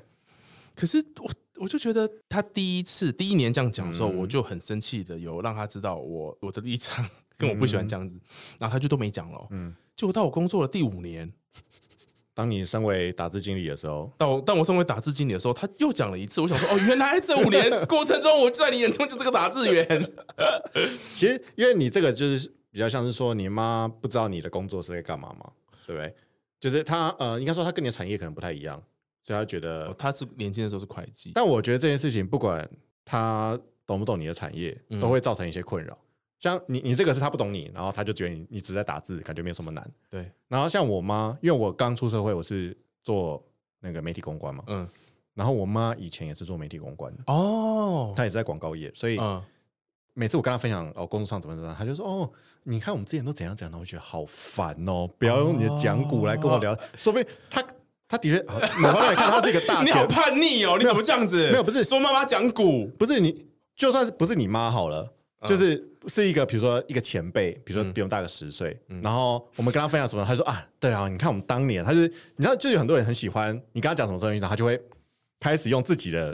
S2: 可是我我就觉得他第一次第一年这样讲的时候，我就很生气的有让他知道我我的立场，跟我不喜欢这样子，然后他就都没讲了。嗯，结果到我工作的第五年，
S1: 当你身为打字经理的时候，
S2: 到当我身为打字经理的时候，他又讲了一次。我想说，哦，原来这五年过程中，我在你眼中就是个打字员。
S1: 其实因为你这个就是比较像是说，你妈不知道你的工作是在干嘛嘛，对不对？就是她呃，应该说她跟你的产业可能不太一样，所以她觉得
S2: 哦他是年轻的时候是会计，
S1: 但我觉得这件事情，不管他懂不懂你的产业，都会造成一些困扰。像你，你这个是他不懂你，然后他就觉得你你只在打字，感觉没有什么难。
S2: 对，
S1: 然后像我妈，因为我刚出社会，我是做那个媒体公关嘛，
S2: 嗯，
S1: 然后我妈以前也是做媒体公关的，
S2: 哦，
S1: 她也是在广告业，所以
S2: 嗯，
S1: 每次我跟她分享哦工作上怎么怎么样，她就说哦，你看我们之前都怎样怎样，然后我觉得好烦哦，不要用你的讲骨来跟我
S2: 哦
S1: 聊，说不定她她的确啊某方面来看，她是一个大
S2: 你
S1: 前
S2: 好叛逆哦！你怎么这样子？
S1: 没有不是
S2: 说妈妈讲古，
S1: 不是你，就算是不是你妈好了，就是是一个比如说一个前辈，比如说比我们大个十岁，然后我们跟他分享什么，他就说啊，对啊，你看我们当年，他就是你知道，就有很多人很喜欢你跟他讲什么东西，然后他就会开始用自己的，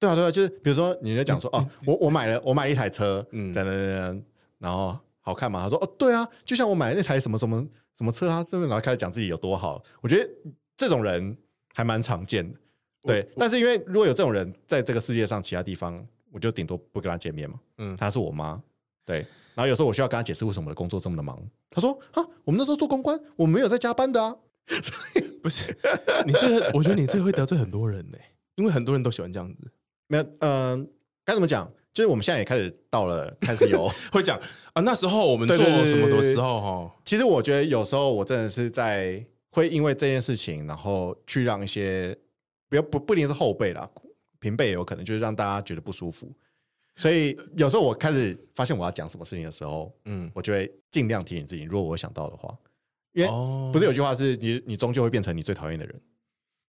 S1: 对啊对啊，就是比如说你就讲说哦，我我买了我买了一台车，嗯，等等等等，然后好看吗？他说哦，对啊，就像我买了那台什么什么什么车啊，这边然后开始讲自己有多好，我觉得这种人还蛮常见的。对，但是因为如果有这种人在这个世界上其他地方，我就顶多不跟他见面嘛。嗯，
S2: 嗯
S1: 她是我妈，对。然后有时候我需要跟她解释为什么我的工作这么的忙，她说啊，我们那时候做公关，我们没有在加班的啊。
S2: 不是你这个，我觉得你这个会得罪很多人呢、因为很多人都喜欢这样子，
S1: 没有，嗯、该怎么讲？就是我们现在也开始到了，开始有。
S2: 会讲啊，那时候我们做
S1: 对对对
S2: 什么
S1: 对
S2: 的
S1: 对
S2: 时候哈，
S1: 其实我觉得有时候我真的是在会因为这件事情，然后去让一些不要不不一定是后辈啦，平辈也有可能就是让大家觉得不舒服。所以有时候我开始发现我要讲什么事情的时候，
S2: 嗯，
S1: 我就会尽量提醒自己，如果我想到的话，因为
S2: 哦
S1: 不是有句话是你你终究会变成你最讨厌的人，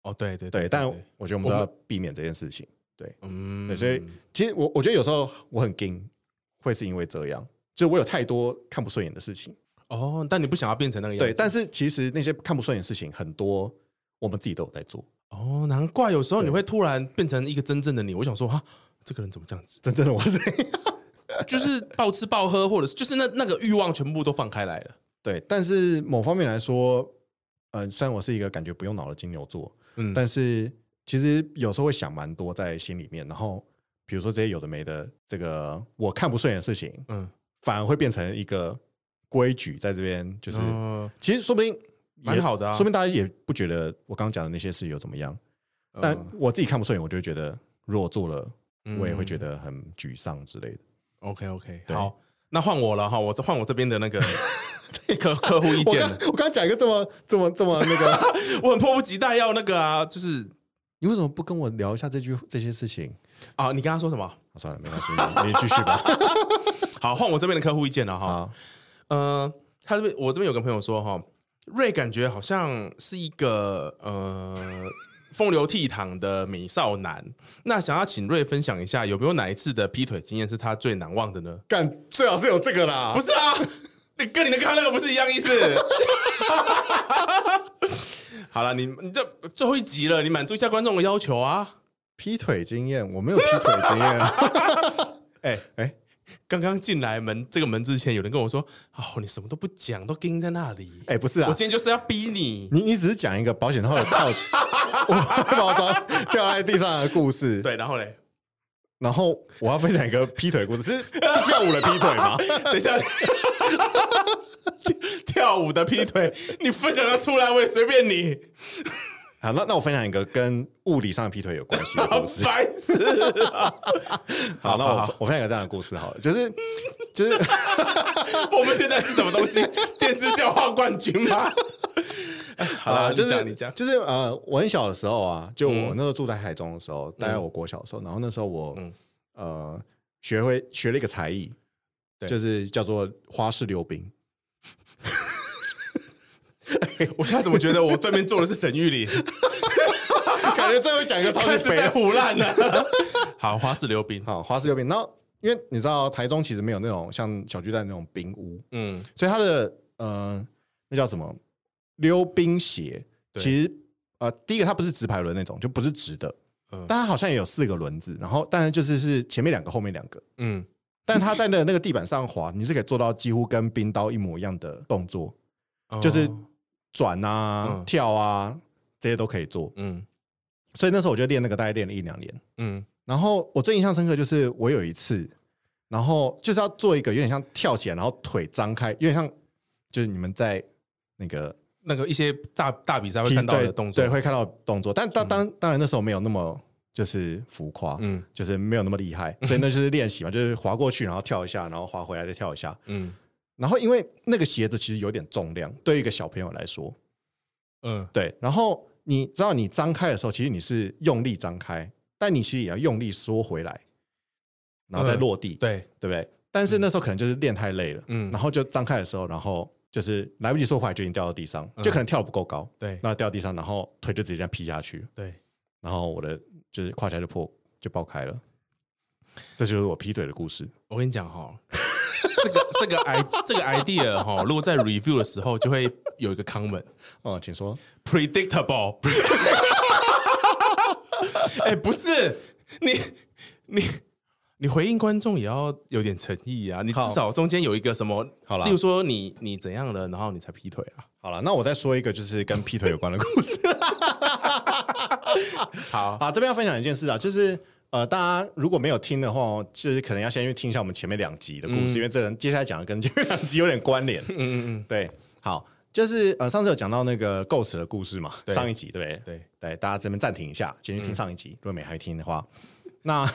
S2: 哦，对对
S1: 对，但我觉得我们都
S2: 我
S1: 要
S2: 们
S1: 避免这件事情。
S2: 嗯
S1: 对，所以其实我我觉得有时候我很惊，会是因为这样，就是我有太多看不顺眼的事情。
S2: 哦，但你不想要变成那个样子，
S1: 对，但是其实那些看不顺眼的事情很多，我们自己都有在做。
S2: 哦，难怪有时候你
S1: 对？
S2: 会突然变成一个真正的你。我想说啊，这个人怎么这样子
S1: 真正的我是
S2: 就是暴吃暴喝，或者是就是那那个欲望全部都放开来了。
S1: 对，但是某方面来说，嗯、虽然我是一个感觉不用脑的金牛座，
S2: 嗯，
S1: 但是其实有时候会想蛮多在心里面，然后比如说这些有的没的，这个我看不顺眼的事情，
S2: 嗯，
S1: 反而会变成一个规矩在这边，就是、
S2: 哦
S1: 其实说不定也
S2: 蛮好的啊
S1: 说不定大家也不觉得我刚刚讲的那些事有怎么样，
S2: 嗯
S1: 但我自己看不顺眼，我就会觉得如果做了，我也会觉得很沮丧之类的。
S2: OK OK，
S1: 对
S2: 好，那换我了哈，我换我这边的 那个客客户意见
S1: 我
S2: 了，
S1: 刚我刚讲一个这么这么这么那个，
S2: 我很迫不及待要那个啊，就是
S1: 你为什么不跟我聊一下这句这些事情？
S2: 啊，你刚刚说什么？
S1: 啊、算了，没关系，你你继续吧。
S2: 好，换我这边的客户意见了哈。
S1: 啊，
S2: 呃，他这边我这边有个朋友说哈，瑞感觉好像是一个呃风流倜傥的美少男。那想要请瑞分享一下，有没有哪一次的劈腿经验是他最难忘的呢？
S1: 干最好是有这个啦，
S2: 不是啊，你跟你的刚刚那个不是一样意思。 好了，你你这最后一集了，你满足一下观众的要求啊！
S1: 劈腿经验，我没有劈腿经验。啊
S2: 哎、
S1: 哎
S2: 刚刚进来门这个门之前，有人跟我说：“哦，你什么都不讲，都盯在那里。
S1: 哎、不是啊
S2: 我，今天就是要逼你。
S1: 你你只是讲一个保险套的套， 我包装掉在地上的故事，
S2: 对，然后嘞，
S1: 然后我要分享一个劈腿故事，是是跳舞的劈腿 吗？
S2: 等一下，跳舞的劈腿，你分享的出来，我也随便你，
S1: 好，那那我分享一个跟物理上的劈腿有关系的
S2: 好
S1: 故事。
S2: 白痴 啊！
S1: 好，那
S2: 好
S1: 我
S2: 好
S1: 我分享一个这样的故事好了，就是就是
S2: 我们现在是什么东西？电视笑话冠军吗？ 好
S1: 啊，
S2: 了，
S1: 就
S2: 你
S1: 是
S2: 讲，你讲。
S1: 就是呃，我很小的时候啊，就
S2: 嗯
S1: 我那时候住在台中的时候，大概我国小的时候，然后那时候我
S2: 嗯
S1: 呃学会学了一个才艺，
S2: 对
S1: 就是叫做花式溜冰。
S2: 我现在怎么觉得我对面坐的是沈 玉玲，
S1: 感觉最后讲一个超
S2: 开
S1: 级
S2: 始
S1: 肥
S2: 在
S1: 的。
S2: 胡乱呢？啊 好，花式溜冰，
S1: 好，花式溜冰。然后因为你知道台中其实没有那种像小巨蛋那种冰屋，
S2: 嗯，
S1: 所以它的呃那叫什么溜冰鞋，
S2: 对
S1: 其实呃第一个它不是直排轮那种，就不是直的，
S2: 嗯
S1: 但它好像也有四个轮子，然后当然就是是前面两个，后面两个。
S2: 嗯，
S1: 但它在那那个地板上滑，你是可以做到几乎跟冰刀一模一样的动作，
S2: 哦
S1: 就是转啊、
S2: 嗯
S1: 跳啊这些都可以做。
S2: 嗯
S1: 所以那时候我就练那个，大概练了一两年。
S2: 嗯
S1: 然后我最印象深刻就是我有一次，然后就是要做一个有点像跳起来，然后腿张开，有点像就是你们在那个
S2: 那个一些大大比赛会看到的
S1: 对
S2: 动作，
S1: 对，会看到的动作。但当当当然那时候没有那么就是浮夸，
S2: 嗯
S1: 就是没有那么厉 害，所以那就是练习嘛，就是滑过去，然后跳一下，然后滑回来再跳一下。
S2: 嗯
S1: 然后因为那个鞋子其实有点重量，对于一个小朋友来说，
S2: 嗯
S1: 对。然后你知道你张开的时候，其实你是用力张开，但你其实也要用力缩回来，然后再
S2: 嗯
S1: 落地。
S2: 对，
S1: 对不对？但是那时候可能就是练太累了，
S2: 嗯
S1: 然后就张开的时候，然后就是来不及说话就已经掉到地上，就可能跳得不够高，
S2: 对
S1: 那掉到地上，然后腿就直接这样劈下去，
S2: 对，
S1: 然后我的就是胯下就破就爆开了，这就是我劈腿的故事。
S2: 我跟你讲哈，这个这个 i 这个 idea 哈，如果在 review 的时候就会有一个 comment
S1: 哦，请说，
S2: predictable，哎、不是你你。你回应观众也要有点诚意啊！你至
S1: 好
S2: 少中间有一个什么，
S1: 好啦
S2: 例如说你你怎样了，然后你才劈腿啊？
S1: 好了，那我再说一个就是跟劈腿有关的故事
S2: 好，
S1: 啊。这边要分享一件事啊，就是。呃，大家如果没有听的话，就是可能要先去听一下我们前面两集的故事，因为这个接下来讲的跟前面两集有点关联。
S2: 嗯嗯
S1: 对，好，就是呃，上次有讲到那个 Ghost 的故事嘛，
S2: 对
S1: 上一集对
S2: 嗯， 对，嗯
S1: 对，大家这边暂停一下，先去听上一集，如果没还听的话，那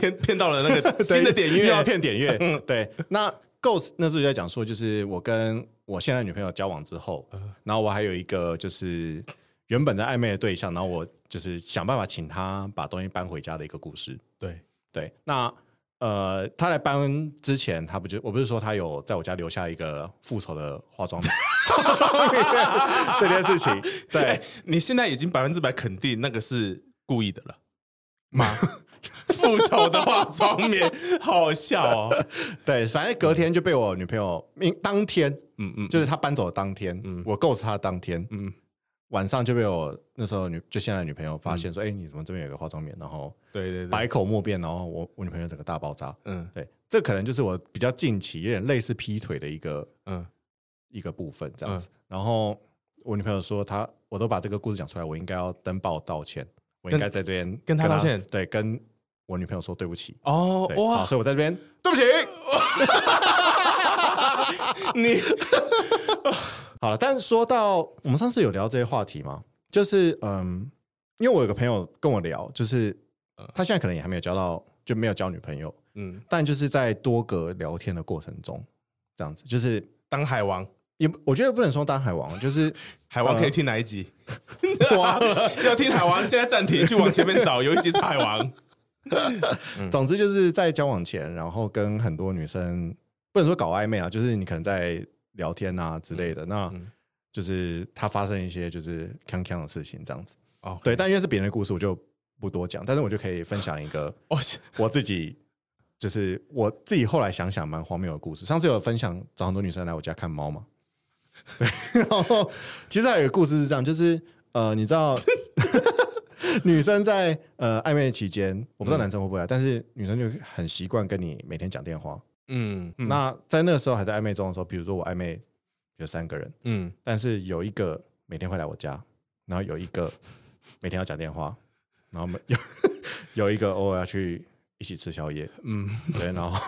S2: 骗骗到了那 个新的点
S1: 又
S2: 阅，
S1: 要骗点 阅，对，那 Ghost 那时候就在讲说，就是我跟我现在女朋友交往之后，
S2: 呃
S1: 然后我还有一个就是原本在暧昧的对象，然后我就是想办法请她把东西搬回家的一个故事，
S2: 对，
S1: 对，那呃，他来搬之前，他不就我不是说他有在我家留下一个复仇的化妆品 化妆品这件事情，对
S2: 哎，你现在已经百分之百肯定那个是故意的了吗？ 复仇的化妆棉，好好笑哦。
S1: 对，反正隔天就被我女朋友，因当天
S2: 嗯嗯，
S1: 就是她搬走的当天，
S2: 嗯
S1: 我告诉她的当天，
S2: 嗯
S1: 晚上就被我那时候女就现在的女朋友发
S2: 嗯
S1: 现说，哎、你怎么这边有个化妆棉？然后
S2: 对对对，
S1: 百口莫辩，然后我我女朋友整个大爆炸。
S2: 嗯
S1: 对，这可能就是我比较近期有点类似劈腿的一个
S2: 嗯，
S1: 一个部分这样子。然后我女朋友说她，我都把这个故事讲出来，我应该要登报道歉，我应该在这边
S2: 跟她
S1: 她
S2: 道歉
S1: 对，跟我女朋友说对不起。
S2: 哦
S1: 对，好
S2: 哇，
S1: 所以我在这边对不起。
S2: 你
S1: 好了，但是说到我们上次有聊这些话题吗？就是嗯，因为我有个朋友跟我聊，就是他现在可能也还没有交到，就没有交女朋友，
S2: 嗯，
S1: 但就是在多个聊天的过程中，这样子就是
S2: 当海王，
S1: 也我觉得不能说当海王， 就是
S2: 海王可以
S1: 嗯
S2: 听哪一集？ 哇，要听海王，现在暂停，去往前面找，有一集是海王。嗯
S1: 总之就是在交往前，然后跟很多女生不能说搞暧昧啊，就是你可能在聊天啊之类的，那
S2: 嗯
S1: 就是他发生一些就是锵锵的事情这样子。
S2: 哦，
S1: 对，但因为是别人的故事，我就不多讲，但是我就可以分享一个
S2: 哦，
S1: 我自己。就是我自己后来想想蛮荒谬的故事。上次有分享找很多女生来我家看猫嘛，对。然后其实还有一个故事是这样，就是呃，你知道女生在呃暧昧期间，我不知道男生会不会啊，但是女生就很习惯跟你每天讲电话。
S2: 嗯嗯
S1: 那在那个时候还在暧昧中的时候，比如说我暧昧有三个人，
S2: 嗯，
S1: 但是有一个每天会来我家，然后有一个每天要讲电话，然后每 有有一个偶尔要去一起吃宵夜，
S2: 嗯
S1: 嗯，对，然后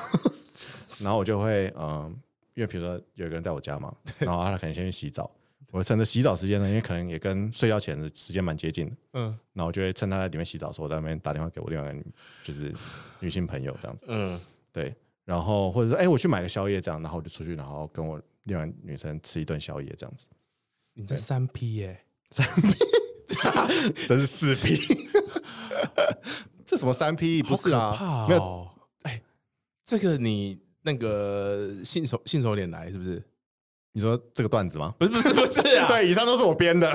S1: 然后我就会嗯、因为比如说有一个人在我家嘛，然后他可能先去洗澡，我趁着洗澡时间呢，因为可能也跟睡觉前的时间蛮接近的，
S2: 嗯
S1: 然后我就会趁他在里面洗澡的时候，我在那边打电话给我另外一个女就是女性朋友这样子，
S2: 嗯
S1: 对，然后或者说哎、我去买个宵夜这样，然后我就出去，然后跟我另外女生吃一顿宵夜这样子。
S2: 你这三 P 耶，
S1: 这是四 P，这什么三 P 不是
S2: 好可怕
S1: 啊？
S2: 哦
S1: 没有，
S2: 哎，这个你那个信手信手拈来是不是？
S1: 你说这个段子吗？
S2: 不是不是不是 啊，
S1: 对，以啊上都是我编的。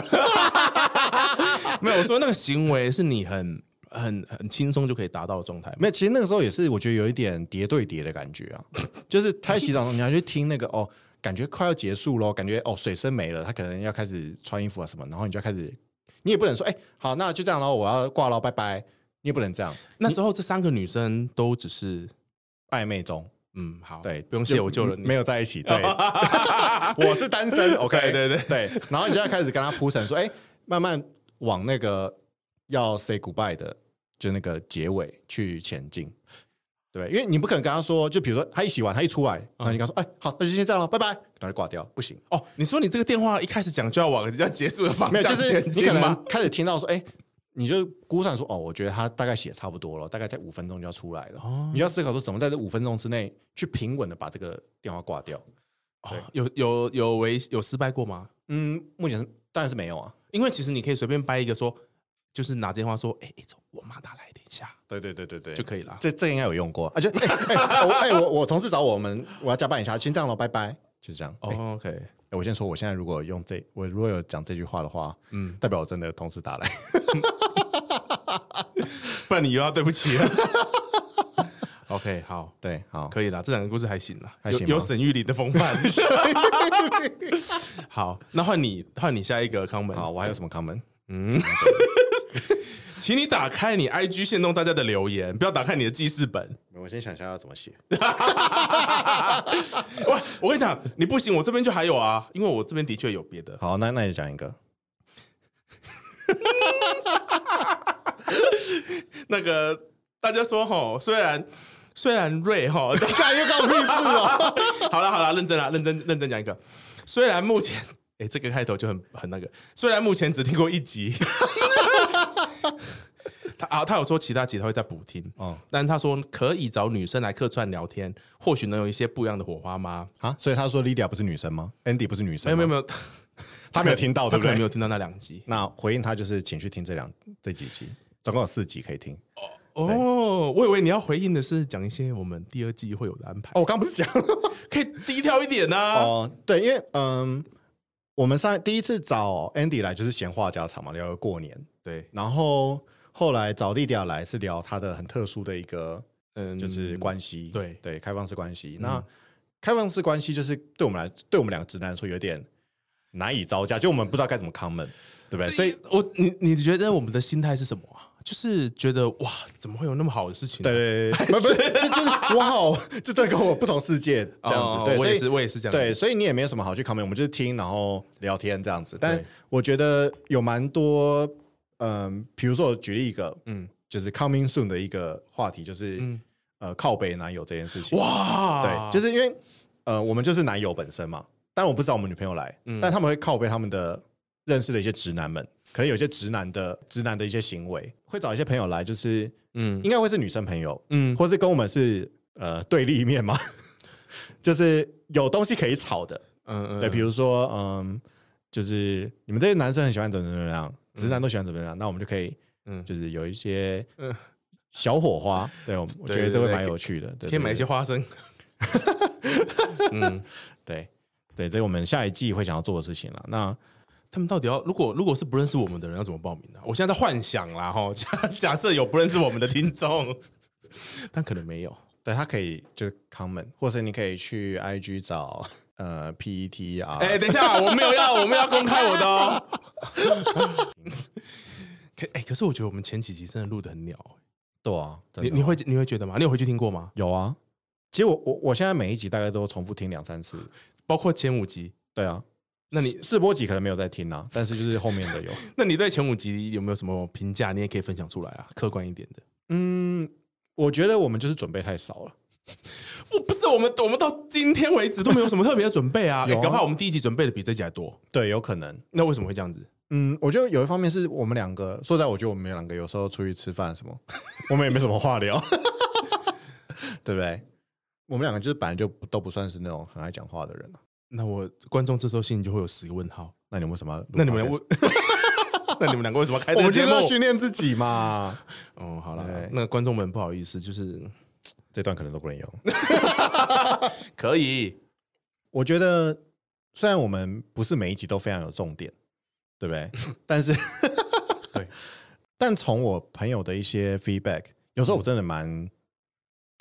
S2: 没有，我说那个行为是你很很很轻松就可以达到的状态嘛。
S1: 没有，其实那个时候也是，我觉得有一点叠对叠的感觉啊，就是他洗澡，你要去听那个哦，感觉快要结束喽，感觉哦水声没了，他可能要开始穿衣服啊什么，然后你就要开始，你也不能说哎、好，那就这样喽，我要挂喽，拜拜，你也不能这样
S2: 那时候这三个女生都只是
S1: 暧昧中，
S2: 嗯好，
S1: 对，
S2: 不用谢，我救了你。
S1: 没有在一起， 对， 我是单身，OK，
S2: 对对
S1: 对，然后你就要开始跟他铺陈说，哎、慢慢往那个要 say goodbye 的，就那个结尾去前进，对，因为你不可能跟他说，就比如说他一洗完，他一出
S2: 嗯
S1: 来，然后你跟他说，哎、好，那就先这样了，拜拜，然后就挂掉，不行，
S2: 哦，你说你这个电话一开始讲就要往人家结束的方
S1: 没有，
S2: 向
S1: 就是
S2: 啊前
S1: 你
S2: 进
S1: 可
S2: 吗
S1: 能？开始听到说，哎、你就估算说，哦，我觉得他大概写差不多了，大概在五分钟就要出来了，
S2: 哦
S1: 你就要思考说，怎么在这五分钟之内去平稳的把这个电话挂掉。对
S2: 哦有有有为有失败过吗？
S1: 嗯，目前是当然是没有啊。
S2: 因为其实你可以随便掰一个说，就是拿电话说，哎、哎，走我妈打来，等一下
S1: 对对对对对
S2: 就可以了。
S1: 这这应该有用过啊！就哎、 哎我哎、我我同事找我们，我要加班一下，先这样了，拜拜，就这样。哦、
S2: 哦、OK，
S1: 哎我先说，我现在如果用这，我如果有讲这句话的话，嗯，代表我真的有同事打来，
S2: 不然你又要对不起 了。OK，好，
S1: 对，好，
S2: 可以啦，这两个故事还行啦，
S1: 还
S2: 有
S1: 行吗
S2: 有沈玉琳的风 范。 好，那换你，换你下一个康门。
S1: 好，，我还有什么 comment？
S2: 请你打开你 IG 限动大家的留言，不要打开你的记事本。
S1: 我先想一下要怎么写。
S2: 我我跟你讲，你不行，我这边就还有啊，因为我这边的确有别的。
S1: 好，那那你讲一个，
S2: 那个大家说吼，虽然虽然瑞 吼，
S1: 干又关我屁事哦。
S2: 好了好了，认真啦，认真认真讲一个。虽然目前， 哎、这个开头就很很那个。虽然目前只听过一集， 他啊，他有说其他集他会再补听，
S1: 哦
S2: 但是他说可以找女生来客串聊天，或许能有一些不一样的火花吗？
S1: 啊，所以他说 Lydia 不是女生吗？Andy 不是女生
S2: 没
S1: 吗？
S2: 有没有没有，
S1: 他没有听到，
S2: 他
S1: 对
S2: 可
S1: 不
S2: 能没
S1: 对？
S2: 有听到那两集。
S1: 那回应他就是，请去听这两这几集，总共有四集可以听。
S2: 哦，我以为你要回应的是讲一些我们第二季会有的安排，
S1: 哦，我刚不是讲了吗
S2: 可以低调一点呐、啊。
S1: 哦，对，因为嗯，我们上第一次找 Andy 来就是闲话家常嘛，聊个过年，
S2: 对，
S1: 然后后来找莉迪亚来是聊她的很特殊的一个
S2: 嗯
S1: 就是关系，
S2: 对
S1: 对，开放式关系。那开放式关系就是对我们来，对我们两个直男来说有点难以招架，就我们不知道该怎么 comment，对不对？所
S2: 所
S1: 以
S2: 以我你你觉得我们的心态是什么啊？就是觉得哇，怎么会有那么好的事情、
S1: 对，对对，对不不，这就是哇哦，这真的跟我不同世界这样子。
S2: 哦
S1: 对，
S2: 我
S1: 所以
S2: 也是，我也是这样。
S1: 对，，所以你也没有什么好去 comment，我们就是听然后聊天这样子。但
S2: 对
S1: 我觉得有蛮多，嗯，比如说我举例一个，
S2: 嗯，
S1: 就是 coming soon 的一个话题，就是、
S2: 嗯
S1: 呃靠北男友这件事情。
S2: 哇，
S1: 对，就是是因为呃我们就是男友本身嘛，但我不知道我们女朋友来，
S2: 嗯
S1: 但他们会靠背他们的认识的一些直男们，可能有一些直男的直男的一些行为，会找一些朋友来，就是
S2: 嗯
S1: 应该会是女生朋友，
S2: 嗯，
S1: 或是跟我们是呃对立面嘛， 就是有东西可以吵的。
S2: 嗯嗯，
S1: 对，比如说，嗯，就是你们这些男生很喜欢怎么怎么样，直男都喜欢怎么样，那我们就可以，
S2: 嗯
S1: 嗯，就是有一些
S2: 嗯
S1: 小火花，对，我我
S2: 对
S1: 觉得这
S2: 对
S1: 会
S2: 对
S1: 蛮有趣的，对
S2: 可以买一些
S1: 对
S2: 花生。嗯，
S1: 对对，这是我们下一季会想要做的事情了。那
S2: 他们到底要如果如果是不认识我们的人要怎么报名呢、啊我现在在幻想啦，哈，假 假设有不认识我们的听 众，但可能没有。
S1: 对他可以就是 comment，或是你可以去 IG 找呃 PET 啊，
S2: 哎、等一下，我没有 要，我没有要公开我的哦。可哎、可是我觉得我们前几集真的录的很鸟、欸
S1: 对啊，真
S2: 你
S1: 的
S2: 你会你会觉得吗？你有回去听过吗？
S1: 有啊？其实我我我现在每一集大概都重复听两三次，
S2: 包括前五集，
S1: 对啊。
S2: 那你
S1: 试试播集可能没有在听啊，但是就是后面 的有。
S2: 那你对前五集有没有什么评价？你也可以分享出来啊，客观一点的。
S1: 嗯，我觉得我们就是准备太少了。
S2: 我不是我们，我们到今天为止都没有什么特别的准备啊。
S1: 有
S2: 哎
S1: 啊
S2: 搞不好我们第一集准备的比这集还多，
S1: 对，有可能。
S2: 那为什么会这样子？
S1: 嗯，我觉得有一方面是我们两个，说实在，我觉得我们两个有时候出去吃饭什 么，我们也没什么话 聊，对不对？我们两个就是本来就不都不算是那种很爱讲话的人、啊、
S2: 那我观众这时候心里就会有十个问号。
S1: 那你为什么要录 podcast？
S2: 那你们为， 那你们两个为什么要开
S1: 我
S2: 这
S1: 们
S2: 个
S1: 就
S2: 节
S1: 是
S2: 目
S1: 要？训练自己嘛。
S2: 哦，好
S1: 对
S2: 了，那观众们不好意思，就是
S1: 这段可能都不能用。
S2: 可以，
S1: 我觉得虽然我们不是每一集都非常有重点，对不 对？但是
S2: 对，
S1: 但从我朋友的一些 feedback，有
S2: 嗯
S1: 时候我真的蛮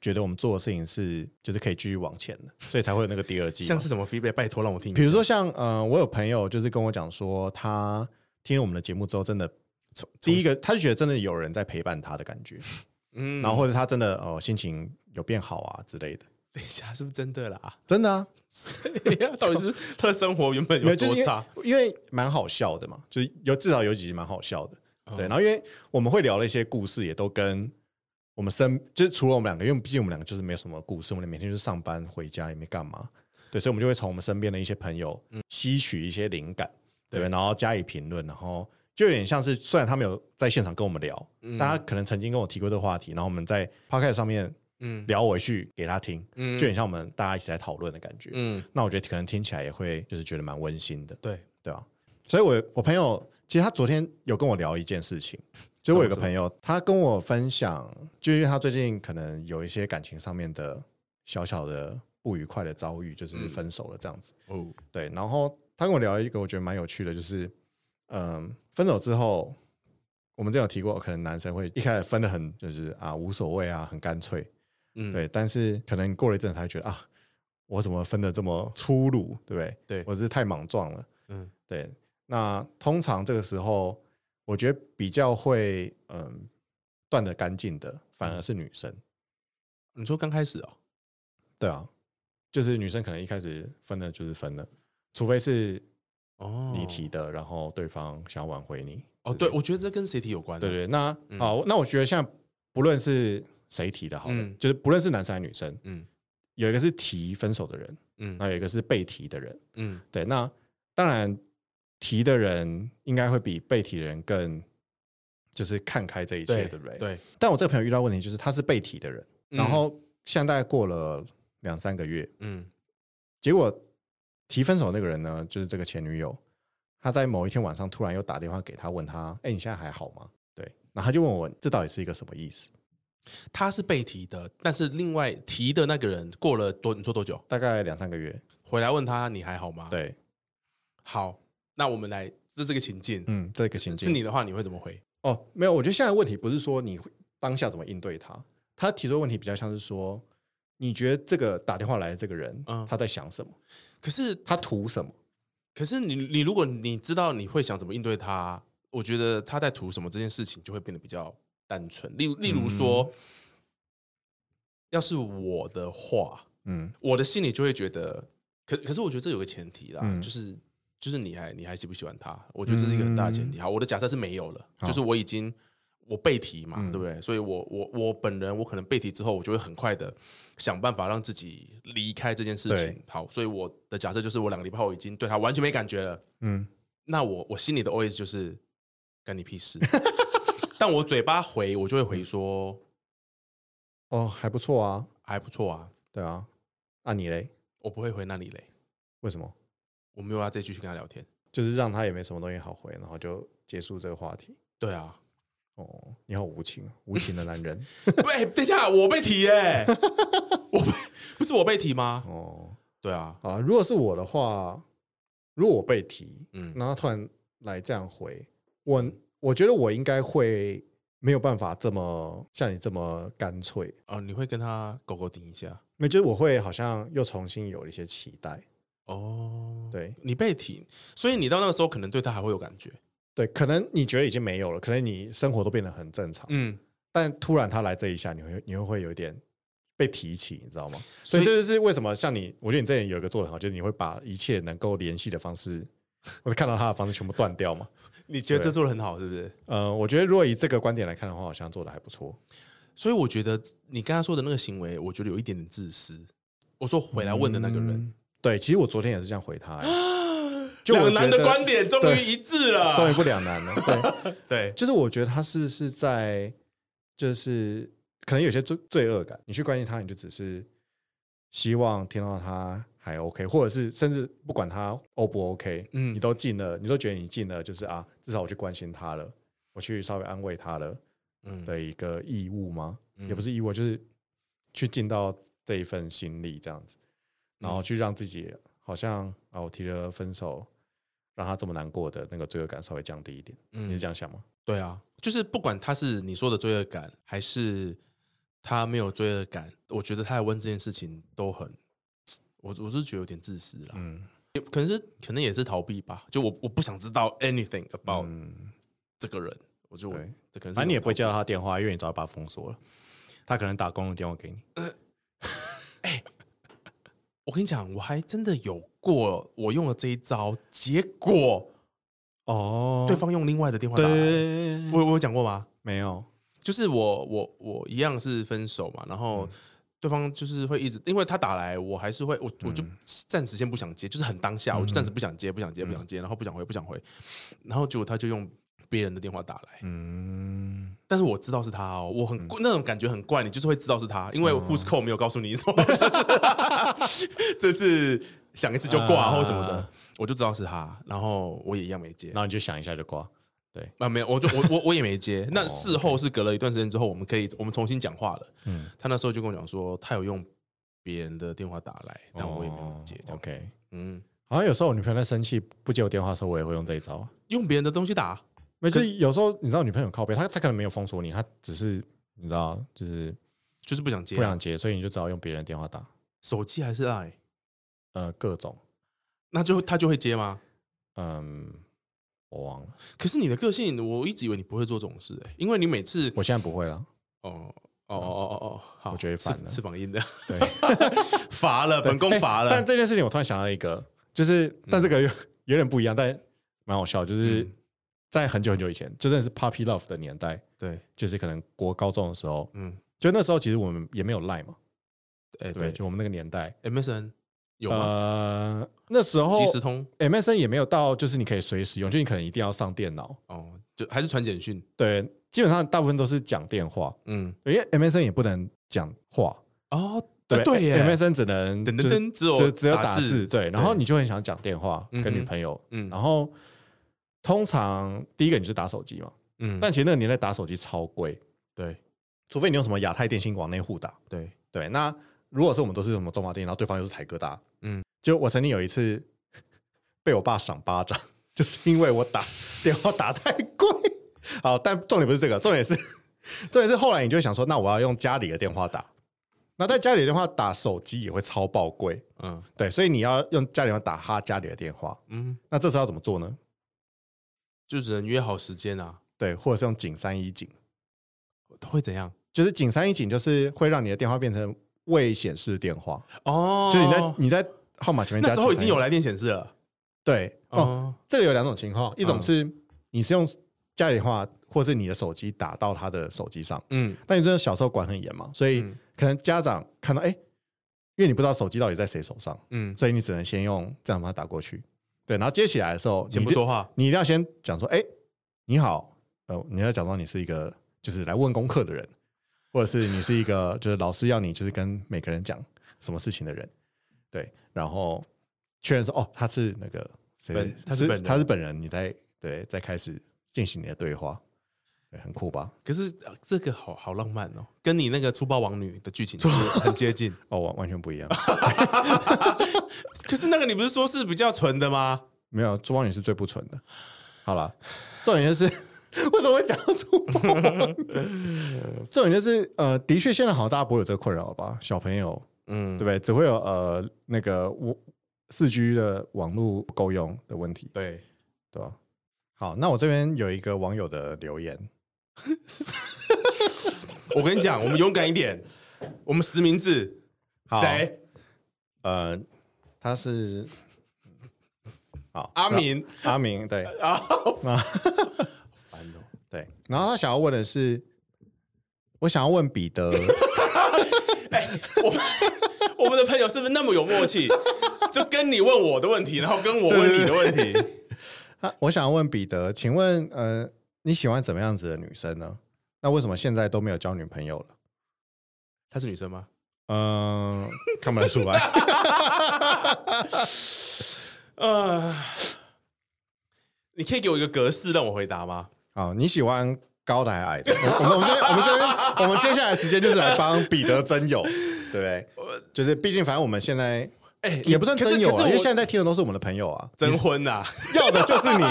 S1: 觉得我们做的事情是就是可以继续往前的，所以才会有那个第二季嘛。
S2: 像是什么 feedback，拜托让我听一下。
S1: 比如说像呃，我有朋友就是跟我讲说，他听了我们的节目之后，真的
S2: 从，从
S1: 第一个他就觉得真的有人在陪伴他的 感觉，
S2: 嗯，
S1: 然后或者他真的呃心情有变好啊之类的，
S2: 等一下是不是真的 啦？
S1: 真的啊，
S2: 对呀，到底是他的生活原本
S1: 没
S2: 有
S1: 有，就是
S2: 多
S1: 因为
S2: 差？
S1: 因为蛮好笑的嘛，就是有至少有几集蛮好笑的，
S2: 嗯
S1: 对。然后因为我们会聊的一些故事，也都跟我们身，就是除了我们两个，因为毕竟我们两个就是没有什么故事，我们每天就是上班回家也没干嘛，对，所以我们就会从我们身边的一些朋友
S2: 嗯
S1: 吸取一些灵感，对，然后加以评论，然后就有点像是虽然他们有在现场跟我们聊，大家可能曾经跟我提过这个话题，然后我们在 p o c a s t 上面
S2: 嗯
S1: 聊回去给他听，
S2: 嗯
S1: 就很像我们大家一起来讨论的感觉，
S2: 嗯，
S1: 那我觉得可能听起来也会就是觉得蛮温馨的。
S2: 对，
S1: 对啊，所以我我朋友其实他昨天有跟我聊一件事情，就是我有个朋友，他跟我分享，就是因为他最近可能有一些感情上面的小小的不愉快的遭遇，就是分手了这样子。
S2: 哦，
S1: 对，然后他跟我聊了一个我觉得蛮有趣的，就是嗯，分手之后，我们之前有提过，可能男生会一开始分的很就是啊无所谓啊，很干脆，
S2: 嗯，
S1: 对，但是可能过了一阵，才觉得啊，我怎么分的这么粗鲁，对不对？
S2: 对
S1: 我是太莽撞了。
S2: 嗯，
S1: 对。那通常这个时候，我觉得比较会嗯断的干净的，反而是女生。
S2: 嗯你说刚开始哦，
S1: 对啊，就是女生可能一开始分了就是分了，除非是
S2: 哦，
S1: 你提的，然后对方想要挽回你。
S2: 哦，对，我觉得这跟谁提有关啊？
S1: 对对，那好，那我觉得现在不论是谁提的，好了，
S2: 嗯
S1: 就是不论是男生还是女生，
S2: 嗯
S1: 有一个是提分手的人，
S2: 嗯
S1: 那有一个是被提的人。
S2: 嗯，
S1: 对，那当然提的人应该会比被提的人更就是看开这一切，对不对？。
S2: 对，
S1: 但我这个朋友遇到问题就是他是被提的人，
S2: 嗯
S1: 然后现在大概过了两三个月，
S2: 嗯
S1: 结果提分手那个人呢，就是这个前女友，她在某一天晚上突然又打电话给他，问他：“哎、你现在还好吗？”对，然后他就问我这到底是一个什么意思？
S2: 他是被提的，但是另外提的那个人过了多，你说多久？
S1: 大概两三个月。
S2: 回来问他你还好吗？，
S1: 对，
S2: 好，那我们来，这是个情境，
S1: 嗯，这个情境
S2: 是你的话，你会怎么回？
S1: 哦，没有，我觉得现在的问题不是说你会当下怎么应对他，他提出的问题比较像是说，你觉得这个打电话来的这个人，
S2: 嗯
S1: 他在想什么，
S2: 可是，
S1: 他图什么？
S2: 可是你你如果你知道你会想怎么应对他，我觉得他在图什么这件事情就会变得比较单纯。例如例如说，要是我的话，
S1: 嗯
S2: 我的心里就会觉得，可可是我觉得这有个前提啦，
S1: 嗯
S2: 就是就是你还你还喜不喜欢他？我觉得这是一个很大的前提。好，我的假设是没有了，
S1: 嗯好
S2: 就是我已经我被提嘛，
S1: 嗯
S2: 对不对？所以我我我本人我可能被提之后，我就会很快的想办法让自己离开这件事情
S1: 对。
S2: 好，所以我的假设就是我两个礼拜后已经对他完全没感觉了。
S1: 嗯，
S2: 那我我心里的 OS 就是干你 屁事，但我嘴巴回我就会回说
S1: 哦，还不错啊，
S2: 还不错啊，
S1: 对啊，那、你嘞？
S2: 我不会回那里嘞，
S1: 为什么？
S2: 我没有要再继续跟他聊天。
S1: 就是让他也没什么东西好回，然后就结束这个话题。
S2: 对啊，
S1: 哦，你好无情，啊，无情的男人。
S2: 不，哎等一下，我被提 耶、我被不是我被提吗？
S1: 哦，
S2: 对啊，
S1: 好了，如果是我的话，如果我被提，
S2: 嗯
S1: 然后他突然来这样回我，我觉得我应该会没有办法这么像你这么干脆，
S2: 哦，你会跟他狗狗顶一下
S1: 那就是我会好像又重新有了一些期待，
S2: 哦。，
S1: 对
S2: 你被提，所以你到那个时候可能对他还会有感觉。
S1: 对，可能你觉得已经没有了，可能你生活都变得很正常，
S2: 嗯，
S1: 但突然他来这一下，你会你会会有一点。被提起，你知道吗？
S2: 所
S1: 所
S2: 以
S1: 以这就是为什么像你，我觉得你这点有一个做的好，就是你会把一切能够联系的方式，或者看到他的方式全部断掉嘛。
S2: 你觉得这
S1: 对
S2: 做的很好，是不是？
S1: 呃，我觉得如果以这个观点来看的话，好像做的还不错。
S2: 所以我觉得你刚才说的那个行为，我觉得有一点点自私。我说回来问的那个人，
S1: 嗯对，其实我昨天也是这样回他、 欸，就我
S2: 两
S1: 觉
S2: 难的
S1: 得
S2: 观点终于
S1: 对
S2: 一致
S1: 终于
S2: 了。
S1: 不两难了。对，
S2: 对，
S1: 就是我觉得他是是在，就是可能有些罪罪恶感，你去关心他，你就只是希望听到他还 OK，或者是甚至不管他 O 不 OK，
S2: 嗯
S1: 你都尽了，你都觉得你尽了，就是啊，至少我去关心他了，我去稍微安慰他了
S2: 嗯，
S1: 的一个义务吗？
S2: 嗯
S1: 也不是义务，就是去尽到这一份心力这样子，
S2: 嗯
S1: 然后去让自己好像啊，我提了分手，让他这么难过的那个罪恶感稍微降低一点。
S2: 嗯
S1: 你是这样想吗？
S2: 对啊，就是不管他是你说的罪恶感，还是他没有罪恶感，我觉得他来问这件事情都很，我我是觉得有点自私啦，
S1: 嗯
S2: 也可能是可能也是逃避吧，就我我不想知道 anything about、
S1: 嗯，
S2: 这个人，我就
S1: 对
S2: 这哦可能是
S1: 反正你也不会接
S2: 叫
S1: 到他的电话，因为你早就把他封锁了。他可能打公用电话给你。
S2: 我跟你讲，我还真的有过，我用了这一招，结果
S1: 哦
S2: 对
S1: 对方
S2: 方用另外的电话打来，
S1: 对，
S2: 我我有讲过吗？
S1: 没有，
S2: 就是我我我一样是分手嘛，然后对方就是会一直，因为他打来，我还是会我我就暂时先不想接，就是很当下，我就暂时不想接，不想接，不想接，然后不想回，不想回，然后结果他就用别人的电话打来，
S1: 嗯，
S2: 但是我知道是他哦，我很那种感觉很怪，你就是会知道是他，因为 Who's Call 没有告诉你什么，这是 这是想一次就挂
S1: 啊
S2: 或什么的，我就知道是他，然后我也一样没接
S1: 然。后你就想一下就挂。
S2: 啊，没有，我就我我我也没接。那
S1: 哦
S2: 事后是隔了一段时间之后，我们可以我们重新讲话了。
S1: 嗯，
S2: 他那时候就跟我讲说，他有用别人的电话打来，但我也没有
S1: 哦
S2: 接。这样
S1: OK，
S2: 嗯，
S1: 好像有时候我女朋友在生气不接我电话的时候，我也会用这一招。
S2: 用别人的东西打，
S1: 没，就是有时候你知道女朋友靠背，她她可能没有封锁你，她只是你知道就是
S2: 就是不想接
S1: 不
S2: 啊、
S1: 想接，所以你就只好用别人的电话打，
S2: 手机还是 Line，
S1: 呃，各种，
S2: 那就他就会接吗？
S1: 嗯，我忘了，
S2: 可是你的个性，我一直以为你不会做这种事、欸，因为你每次
S1: 我现在不会 了，
S2: 哦。哦哦哦哦哦，好，
S1: 我觉得
S2: 翅
S1: 反了
S2: 翅膀硬的
S1: 对，
S2: 罚了，本宫
S1: 哎
S2: 罚了。
S1: 但这件事情我突然想到一个，就是但这个有有点不一样，但蛮好笑，就是
S2: 嗯
S1: 在很久很久以前，就真的是 puppy love 的年代，
S2: 对，
S1: 就是可能国高中的时候，
S2: 嗯，
S1: 就那时候其实我们也没有 line 嘛，
S2: 哎
S1: 对，
S2: 对
S1: 就我们那个年代，
S2: ，MSN 有吗？
S1: 呃，那时候
S2: 即时通
S1: MSN 也没有到，就是你可以随时用，就你可能一定要上电脑。
S2: 哦，就还是传简讯。
S1: 对，基本上大部分都是讲电话，
S2: 嗯，
S1: 因为 MSN 也不能讲话，
S2: 哦，
S1: 对、
S2: 啊对耶
S1: ，MSN 只能
S2: 噔
S1: 就是
S2: 噔噔，只有
S1: 就只有
S2: 打
S1: 打字，对，然后你就很想讲电话
S2: 嗯哼
S1: 跟女朋友，
S2: 嗯
S1: 然后通常第一个你是打手机嘛，
S2: 嗯，
S1: 但其实那个年代打手机超贵，
S2: 对，
S1: 除非你用什么亚太电信往内互打。
S2: 对，
S1: 对，那如果是我们都是什么中华电信，然后对方又是台哥大，
S2: 嗯
S1: 嗯，就我曾经有一次 被我爸赏巴掌， 就是因为我打电话打太贵。好，但重点不是这个，重点是重点是后来你就会想说，那我要用家里的电话打，那在家里的电话打手机也会超爆贵，
S2: 嗯
S1: 对，所以你要用家里的打他家里的电话，
S2: 嗯，
S1: 那这时候要怎么做呢？
S2: 就只能约好时间啊，
S1: 对，或者是用景三一景，
S2: 会怎样？
S1: 就是景三一景，就是会让你的电话变成未显示电话，
S2: 哦，
S1: 就是你在你在号码前面加
S2: 那时候已
S1: 931
S2: 经有来电显示了，
S1: 对哦，
S2: 哦，
S1: 这个有两种情况，一种
S2: 嗯
S1: 是你是用家里电话或是你的手机打到他的手机上，
S2: 嗯，
S1: 但你真的小时候管很严嘛，所以
S2: 嗯
S1: 可能家长看到哎、诶因为你不知道手机到底在谁手上，
S2: 嗯，
S1: 所以你只能先用这样把它打过去。对，然后接起来的时候，
S2: 先
S1: 你
S2: 不
S1: 一定
S2: 说话，
S1: 你一定要先讲说，哎、你好，呃，你要假装你是一个就是来问功课的人，或者是你是一个就是老师要你就是跟每个人讲什么事情的人，对，然后确认说，哦，他是那个谁
S2: 本他是本人
S1: 他是本人，你再对再开始进行你的对话，对，很酷吧？
S2: 可是呃这个好好浪漫哦，跟你那个粗暴王女的剧 情是很接近。
S1: 哦，完完全不一样，
S2: 可是那个你不是说是比较纯的吗？
S1: 没有，朱光女是最不纯的。好了，重点就是 为什么会讲到猪包王？ 重点就是呃，的确现在好像大家不会有这个困扰吧？小朋友
S2: 嗯
S1: 对不，对？只会有呃那个我四 G 的网络不够用的问题，
S2: 对，
S1: 对吧？好，那我这边有一个网友的留言，
S2: 我跟你讲，我们勇敢一点，我们实名制，
S1: 好
S2: 谁？
S1: 呃，他是好
S2: 阿
S1: 那
S2: 明
S1: 阿明，对
S2: 啊，烦哦。
S1: 对，然后他想要问的是，我想要问彼得，
S2: 我们我们的朋友是不是那么有默契？就跟你问我的问题，然后跟我问你的问 题。
S1: 啊我想要问彼得，请问呃你喜欢怎么样子的女生呢？那为什么现在都没有交女朋友了？
S2: 她是女生吗？
S1: 嗯、看不出来。
S2: 呃，你可以给我一个格式让我回答吗？
S1: 好，你喜欢高的还矮的？我我们我们这边我们这边我们接下来的时间就是来帮彼得真友，对不对？就是毕竟反正我们现在
S2: 哎、
S1: 也不算
S2: 可是
S1: 真友
S2: 可
S1: 啊，
S2: 是
S1: 因为
S2: 我
S1: 现在在听的都是我们的朋友啊，
S2: 征婚呐、
S1: 要的就是 你。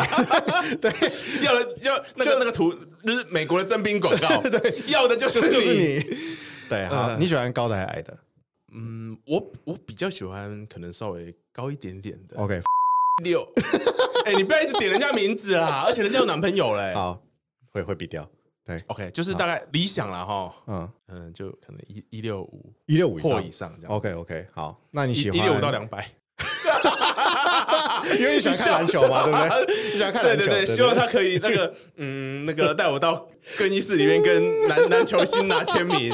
S2: 要的就那个那个图，就是美国的征兵广告， 对，要的就是
S1: 就
S2: 就是
S1: 你。对，好，
S2: 嗯
S1: 你喜欢高的还矮的
S2: 嗯，我我比较喜欢可能稍微高一点点的
S1: ？OK，
S2: 哦 六。哎、你不要一直点人家名字啊，而且人家有男朋友 嘞、
S1: 好，会会比掉。对，
S2: OK，就是大概理想啦哈，
S1: 嗯，
S2: 嗯，就可能一一六五
S1: 一六五以
S2: 或
S1: 上
S2: 以。上这样，
S1: OK OK，好，那你
S2: 一
S1: 喜欢
S2: 一六五到，两百。
S1: 因为你喜欢看篮球嘛，对不对？你喜欢看
S2: 对
S1: 篮球，
S2: 对对，
S1: 不
S2: 希望他可以那 个嗯，那个带我到更衣室里面跟男男球星拿签名，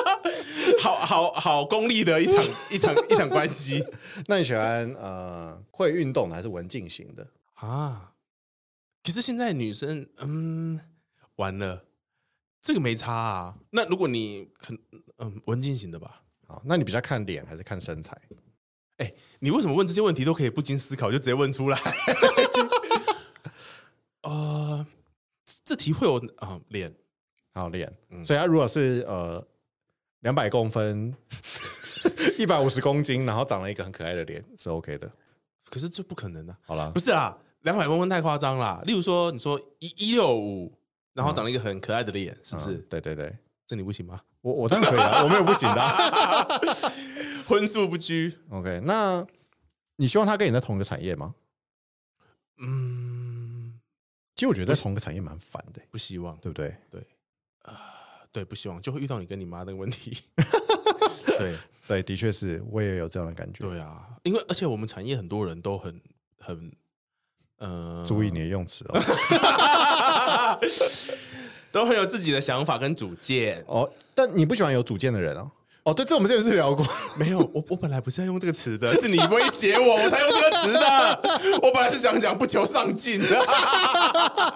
S2: 好好好功利的一 场一场一场关系
S1: 那你喜欢呃会运动的还是文静型的？
S2: 啊。可是现在女生，嗯，完了，这个没差啊。那如果你肯，嗯，文静型的吧？
S1: 好，那你比较看脸还是看身材？
S2: 你为什么问这些问题都可以不经思考就直接问出来？ 呃，这这题会有啊、脸
S1: 好练，
S2: 嗯
S1: 所以他如果是呃两百公分， 一百五十公斤，然后长了一个很可爱的脸是 OK 的。
S2: 可是这不可能啊。
S1: 好了
S2: 不，是啊，两百公分太夸张啦。例如说，你说一一六五，然后长了一个很可爱的脸，是不是？
S1: 嗯对对对，
S2: 这你不行吗？
S1: 我我当然可以 啊，我没有不行的啊、
S2: 荤素不拘，
S1: OK，那你希望他跟你在同一个产业吗？
S2: 嗯，
S1: 其实我觉得在同一个产业蛮烦的、
S2: 不希望。
S1: 对不对？
S2: 对，不希望，就会遇到你跟你妈那个问题。对
S1: 对，的确是我也有这样的感觉。
S2: 对啊，因为而且我们产业很多人都很很呃，
S1: 注意你的用词哦。
S2: 都很有自己的想法跟主见。
S1: 哦，但你不喜欢有主见的人哦。哦，对，这我们之前是聊过。
S2: 没有，我我本来不是要用这个词的，是你威胁我，我才用这个词的。我本来是想讲不求上进的，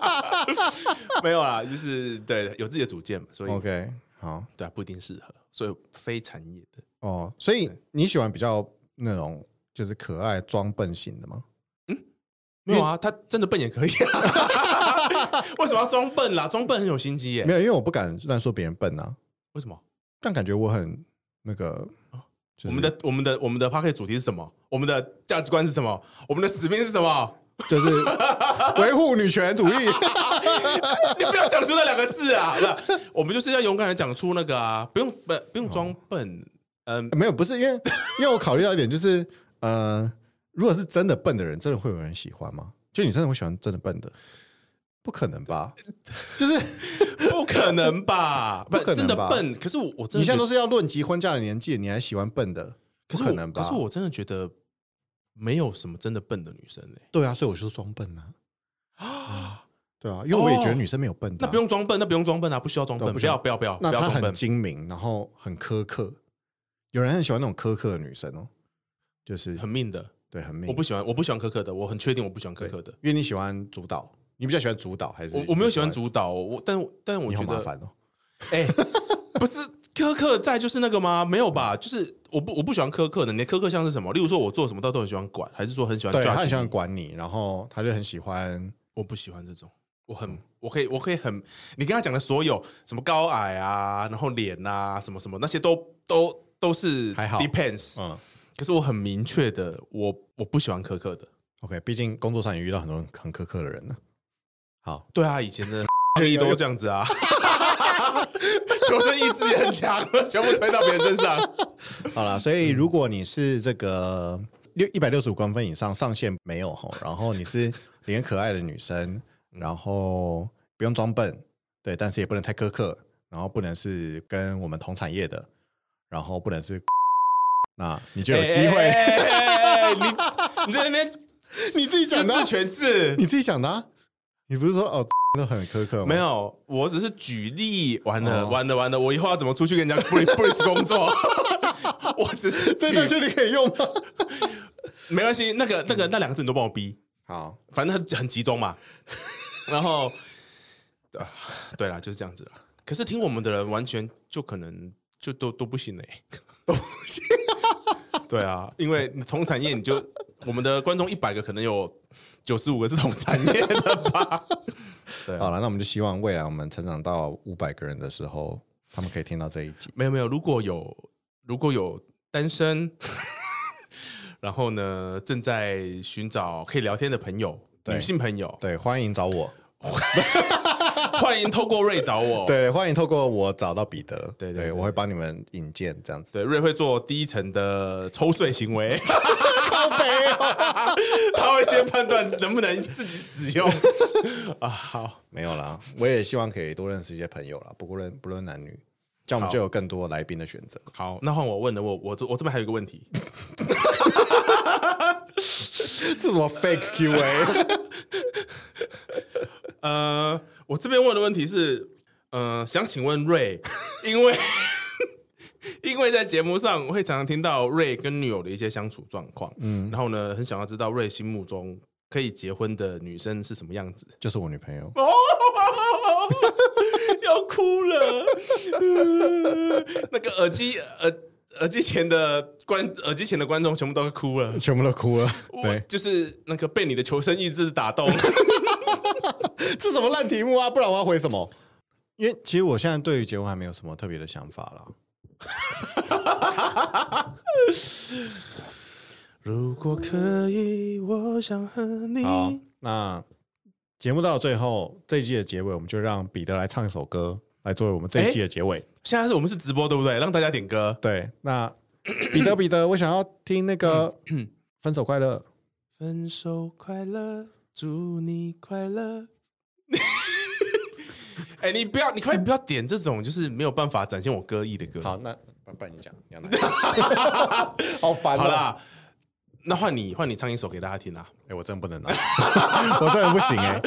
S2: 没有啦，就是对有自己的主见嘛，所以
S1: OK，好
S2: 对啊，不一定适合，所以非产业的
S1: 哦，所以你喜欢比较那种就是可爱装笨型的吗？
S2: 没有啊，他真的笨也可以啊， 为什么要装笨啦？装笨很有心机耶、
S1: 没有，因为我不敢乱说别人笨啊，
S2: 为什么？
S1: 但感觉我很那个，就是
S2: 哦我们的我们的我们的 p a r k 主题是什么？我们的价值观是什么？我们的使命是什么？
S1: 就是维护女权主义。
S2: 你不要讲出那两个字啊！不是， 我们就是要勇敢的讲出那个啊，不用不不用
S1: 哦
S2: 装笨。嗯，
S1: 没有，不是因为，因为我考虑到一点，就是呃，如果是真的笨的人，真的会有人喜欢吗？就你真的会喜欢真的笨的？不可能吧？ 就是
S2: 不可能吧？
S1: 不可能吧
S2: 真的笨。可是我我真
S1: 你
S2: 的觉
S1: 现在
S2: 得
S1: 都是要论及婚嫁的年纪，你还喜欢笨的？不
S2: 可是
S1: 可
S2: 我
S1: 能吧？
S2: 可是我真的觉得没有什么真的笨的女生哎、
S1: 对啊，所以我就是装笨啊。对啊，因为我也觉得女生没有笨的
S2: 哦那
S1: 啊、
S2: 不用装笨，那不用装笨啊，不需要装
S1: 对
S2: 笨，
S1: 哦不
S2: 不
S1: 需要
S2: 要不要不要，不
S1: 那
S2: 要
S1: 她
S2: 装
S1: 很
S2: 笨。
S1: 精明，然后很苛刻。有人很喜欢那种苛刻的女生哦，就是
S2: 很命的，
S1: 对很命。
S2: 我不喜欢，我不喜欢苛刻的，我很确定我不喜欢苛刻的。
S1: 因为你喜欢主导，你比较喜欢主导还是？
S2: 我我没有喜欢，主导，我但但我
S1: 你
S2: 觉
S1: 好麻
S2: 得
S1: 烦哦。
S2: 哎、不是苛刻在就是那个吗？没有
S1: 嗯
S2: 吧？就是我不我不喜欢苛刻的。你的苛刻像是什么？例如说我做什么，他都很喜欢管，还是说很喜欢
S1: 对，他
S2: judge？
S1: 很喜欢
S2: 你
S1: 管你，然后他就很喜欢。
S2: 我不喜欢这种。我
S1: 嗯
S2: 很，我可以，我可以很，你跟他讲的所有什么高矮啊，然后脸啊，什么什么那些都都都是
S1: 还好
S2: depends。
S1: 嗯
S2: 可是我很明确的，我我不喜欢苛刻的。
S1: ，OK，毕竟工作上也遇到很多很苛刻的人呢。好，
S2: 对啊，以 前
S1: 哎
S2: 的黑衣都这样子啊， 求生意志也很强，全部推到别人身上。
S1: 好了，所
S2: 嗯
S1: 以如果你是这个六一百六十五公分以上上限没有吼，然后你 是脸可爱的女生，然后不用装笨，对，但是也不能太苛刻，然后不能是跟我们同产业的，然后不能是， 那你就有机会。
S2: 哎哎哎哎哎你你在那边你自己
S1: 讲的啊
S2: 诠 释
S1: 你自己讲的、啊，你不是说哦都很苛刻吗？
S2: 没，有，我只是举例。完了
S1: 哦
S2: 完了完了，我以后要怎么出去跟人家 brief brief 工作？ 我只是
S1: 这段
S2: 举，
S1: 确定可以用吗？
S2: 没关系。那个那个那两个字你都帮我逼，
S1: 好，
S2: 反正很很集 中嘛。然后，啊对啦，就是这样子了。可是听我们的人完全就可能就都都不行嘞、 都不行。对啊，因为你同产业你就我们的观众一百个可能有九十五个是同产业的吧？对啊
S1: 好了，那我们就希望未来我们成长到五百个人的时候，他们可以听到这一集。
S2: 没有没有，如果有如果有单身， 然后呢正在寻找可以聊天的朋友，
S1: 对
S2: 女性朋友，
S1: 对，欢迎找我，
S2: 欢迎透过瑞找我。
S1: 对，欢迎透过我找到彼得，
S2: 对对对
S1: 我会帮你们引荐这样子。
S2: 对，瑞会做第一层的抽税 行为，
S1: 哦
S2: 他会先判断能不能自己使用啊。好，
S1: 没有啦，我也希望可以多认识一些朋友啦，不过论不论男女，这样我们就有更多来宾的选择。
S2: 好，那换我问了，我我这我这边还有一个问题，
S1: 这什么 fake QA？
S2: 呃，我这边问的问题是，呃，想请问瑞，因为 因为在节目上我会常常听到瑞跟女友的一些相处状况，嗯，然后呢，很想要知道瑞心目中可以结婚的女生是什么样子。
S1: 就是我女朋友。
S2: 哦， 要哭了。那个耳机耳耳机前的观耳机前的观众全部都哭了，
S1: 全部都哭 了，
S2: 我
S1: 对，
S2: 就是那个被你的求生意志打动。
S1: 这什么烂题目啊？不然我要回什么？因为其实我现在对于结婚还没有什么特别的想法啦。
S2: 如果可以，我想和你
S1: 好，那节目到最后这一季的结尾，我们就让彼得来唱一首歌，来作为我们这一季的结尾。
S2: 现在是我们是直播，对不对？让大家点歌。
S1: 对，那彼得彼得，我想要听那个《分手快乐》。
S2: 分手快乐，祝你快乐。 哎、你不要，你快不要点这种就是没有办法展现我歌艺的歌。
S1: 好，那不不然你讲，你 要哪一个好烦啊
S2: 好
S1: 啦！
S2: 啦，那换你换你唱一首给大家听啦。
S1: 哎、我真的不能啊， 我真的不行哎、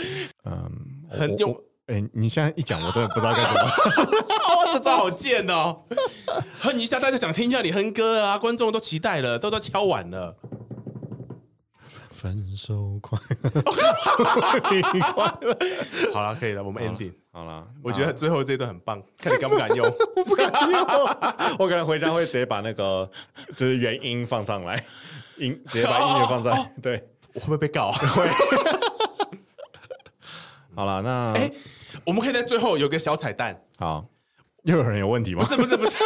S1: 嗯，我
S2: 很用
S1: 我哎、你现在一讲，我真的不知道该怎么。
S2: 哇，这招好贱哦！哼一下，大家想听一下你哼歌啊，观众都期待了，都都敲碗了。
S1: 分手快乐，祝你快乐。
S2: 好了，可以了，我们 ending。
S1: 好啦，
S2: 我觉得最后这段很棒，看你敢不敢 用。
S1: 我不敢用， 我可能回哦家会直接把那个就是原音放上来，音直接把音乐放上来。对，
S2: 我会不会被告？会。
S1: 好了，那、
S2: 哎，我们可以在最后有个小彩蛋，
S1: 好，又有人有问题吗
S2: 不？是不是不是，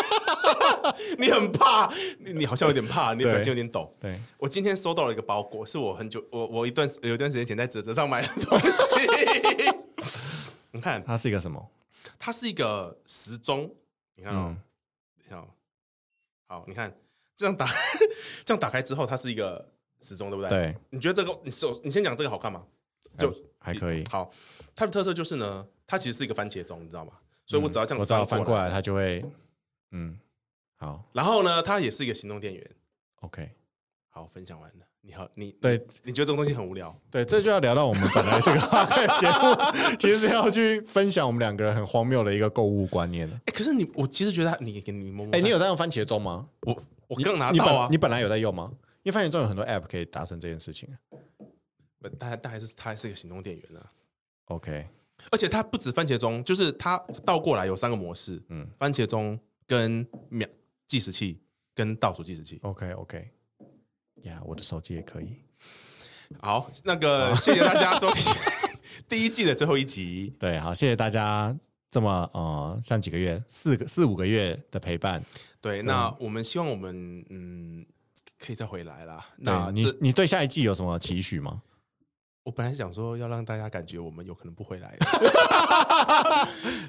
S2: 你很怕，你你好像有点怕，你的表情有点抖。
S1: 对，
S2: 我今天收到了一个包裹，是我很久我我一段时有一段时间前在泽泽上买的东西。 你看，
S1: 它是一个什么？
S2: 它是一个时钟，你看哦
S1: 嗯，
S2: 你看哦，好，你看这样打 这样打开之后，它是一个时钟，对不
S1: 嗯
S2: 对？。
S1: 对，
S2: 你觉得这个你手你先讲这个好看吗？就
S1: 还可以。
S2: 好，它的特色就是呢，它其实是一个番茄钟，你知道吗？所以我只要这样
S1: 嗯我
S2: 子
S1: 只要翻
S2: 翻过
S1: 过
S2: 来，
S1: 来，它就会，嗯，好
S2: 然后呢，它也是一个行动电源。
S1: ，OK，
S2: 好，分享完了。你好，你
S1: 对
S2: 你觉得这种东西很无聊？
S1: 对，这就要聊到我们本来这个 podcast 节 目，其实是要去分享我们两个人很荒谬的一个购物观念的。
S2: 哎、可是你，我其实觉得你给你摸摸
S1: 哎、
S2: 看，
S1: 你有在用番茄钟吗？
S2: 我我刚拿
S1: 你
S2: 到啊
S1: 本，你本来有在用吗？因为番茄钟有很多 app 可以达成这件事情。啊
S2: 不但但还是它还是一个行动电源啊，
S1: OK，
S2: 而且它不止番茄钟，就是它倒过来有三个模式，嗯
S1: 嗯，
S2: 番茄钟跟秒计时器跟倒数计时器。
S1: OK OK，呀我的手机也可以。
S2: 好，那个谢谢大家收 听第一季的最后一集，
S1: 对，好，谢谢大家这么呃上几个月四个四五个月的陪伴。
S2: 对，那我们希望我们嗯可以再回来啦。
S1: 对
S2: 那
S1: 你
S2: 这
S1: 你对下一季有什么期许吗？
S2: 我本来想说要让大家感觉我们有可能不回来，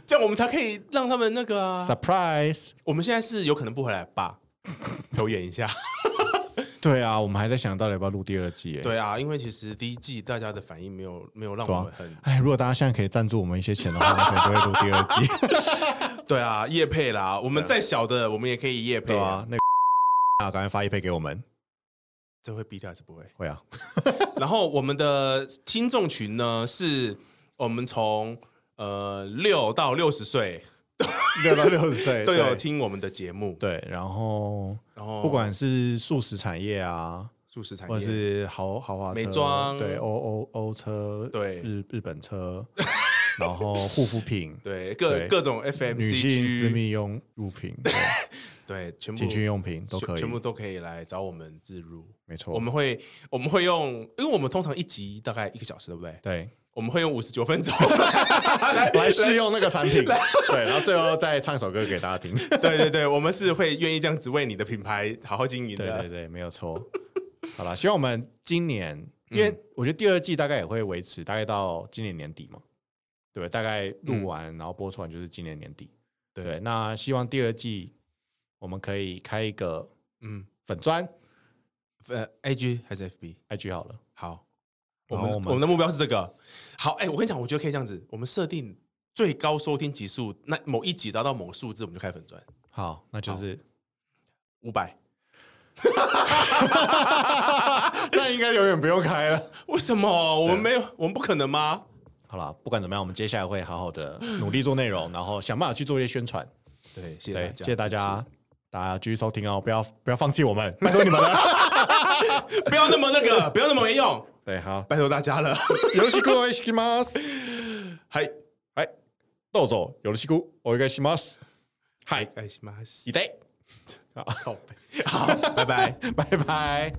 S2: 这样我们才可以让他们那个啊。
S1: Surprise！
S2: 我们现在是有可能不回来 吧？表演一下，
S1: 对啊，我们还在想到底要不要录第二季、欸。，
S2: 对啊，因为其实第一季大家的反应没有没有让我们很
S1: 哎，如果大家现在可以赞助我们一些钱的话，我们可能就会录第 二季。
S2: 对啊，叶配啦，我们再小的我们也可以叶配
S1: 对啊，， 那个啊，赶快发一配给我们。
S2: 这会逼掉还是不会？
S1: 会 啊，
S2: 然后我们的听众群呢，是我们从呃六到六十岁
S1: 六到六十岁
S2: 都有。听我们的节目，
S1: 对，然后
S2: 然后
S1: 不管是素食产业啊，
S2: 素食产
S1: 或者
S2: 业，
S1: 是豪豪华车
S2: 美妆
S1: 对欧欧欧车，
S2: 对
S1: 日日本 车，然后护肤品，
S2: 对各
S1: 对
S2: 各种
S1: 女性私
S2: FMCG，
S1: 密用物品、
S2: 对，全部
S1: 情趣用品都可以哦
S2: 全，部都可以来找我们自入。
S1: 没错。
S2: 我们会我们会用，因为我们通常一集大概一个小时，对不对？
S1: 对
S2: 我们会用五十九 分钟来
S1: 来试。用那个产品，对，然后最后再唱首歌给大家听。
S2: 对对对，我们是会愿意这样子为你的品牌好好经营
S1: 对啊对
S2: 的。
S1: 对，没有错。好了，希望我们今年，因为我觉得第二季大概也会维持，大概到今年年底嘛，对吧？大概录完、然后播出完就是今年年底。
S2: 对
S1: 嗯对，那希望第二季我们可以开一个
S2: 嗯，
S1: 粉砖
S2: 呃，IG 还是 FB？
S1: IG 好了，
S2: 好，我
S1: 然
S2: 们
S1: 后
S2: 我
S1: 我
S2: 们
S1: 们
S2: 的目标是这个。好，哎、我跟你讲，我觉得可以这样子，我们设定最高收听集数，那某一集达到某数字，我们就开粉钻
S1: 好，那就是
S2: 五百。
S1: 那应该永远不用开了。
S2: 为什么我们没有？我们不可能吗？
S1: 好了，不管怎么样，我们接下来会好好的努力做内容，然后想办法去做一些宣传。
S2: 对，谢
S1: 对，谢
S2: 谢
S1: 谢
S2: 大
S1: 大
S2: 家
S1: 家，大家继续收听哦，不要不要放弃我们，拜托你们了。
S2: 支 持，不要那么那个，不要那么没用，
S1: 对， 好，
S2: 拜托大家了。
S1: よろしくお願いします。
S2: 嗨，
S1: はい、どうぞよろしくお願いします。
S2: 嗨，哎，什么？
S1: いで、
S2: 好，拜拜。
S1: 拜拜。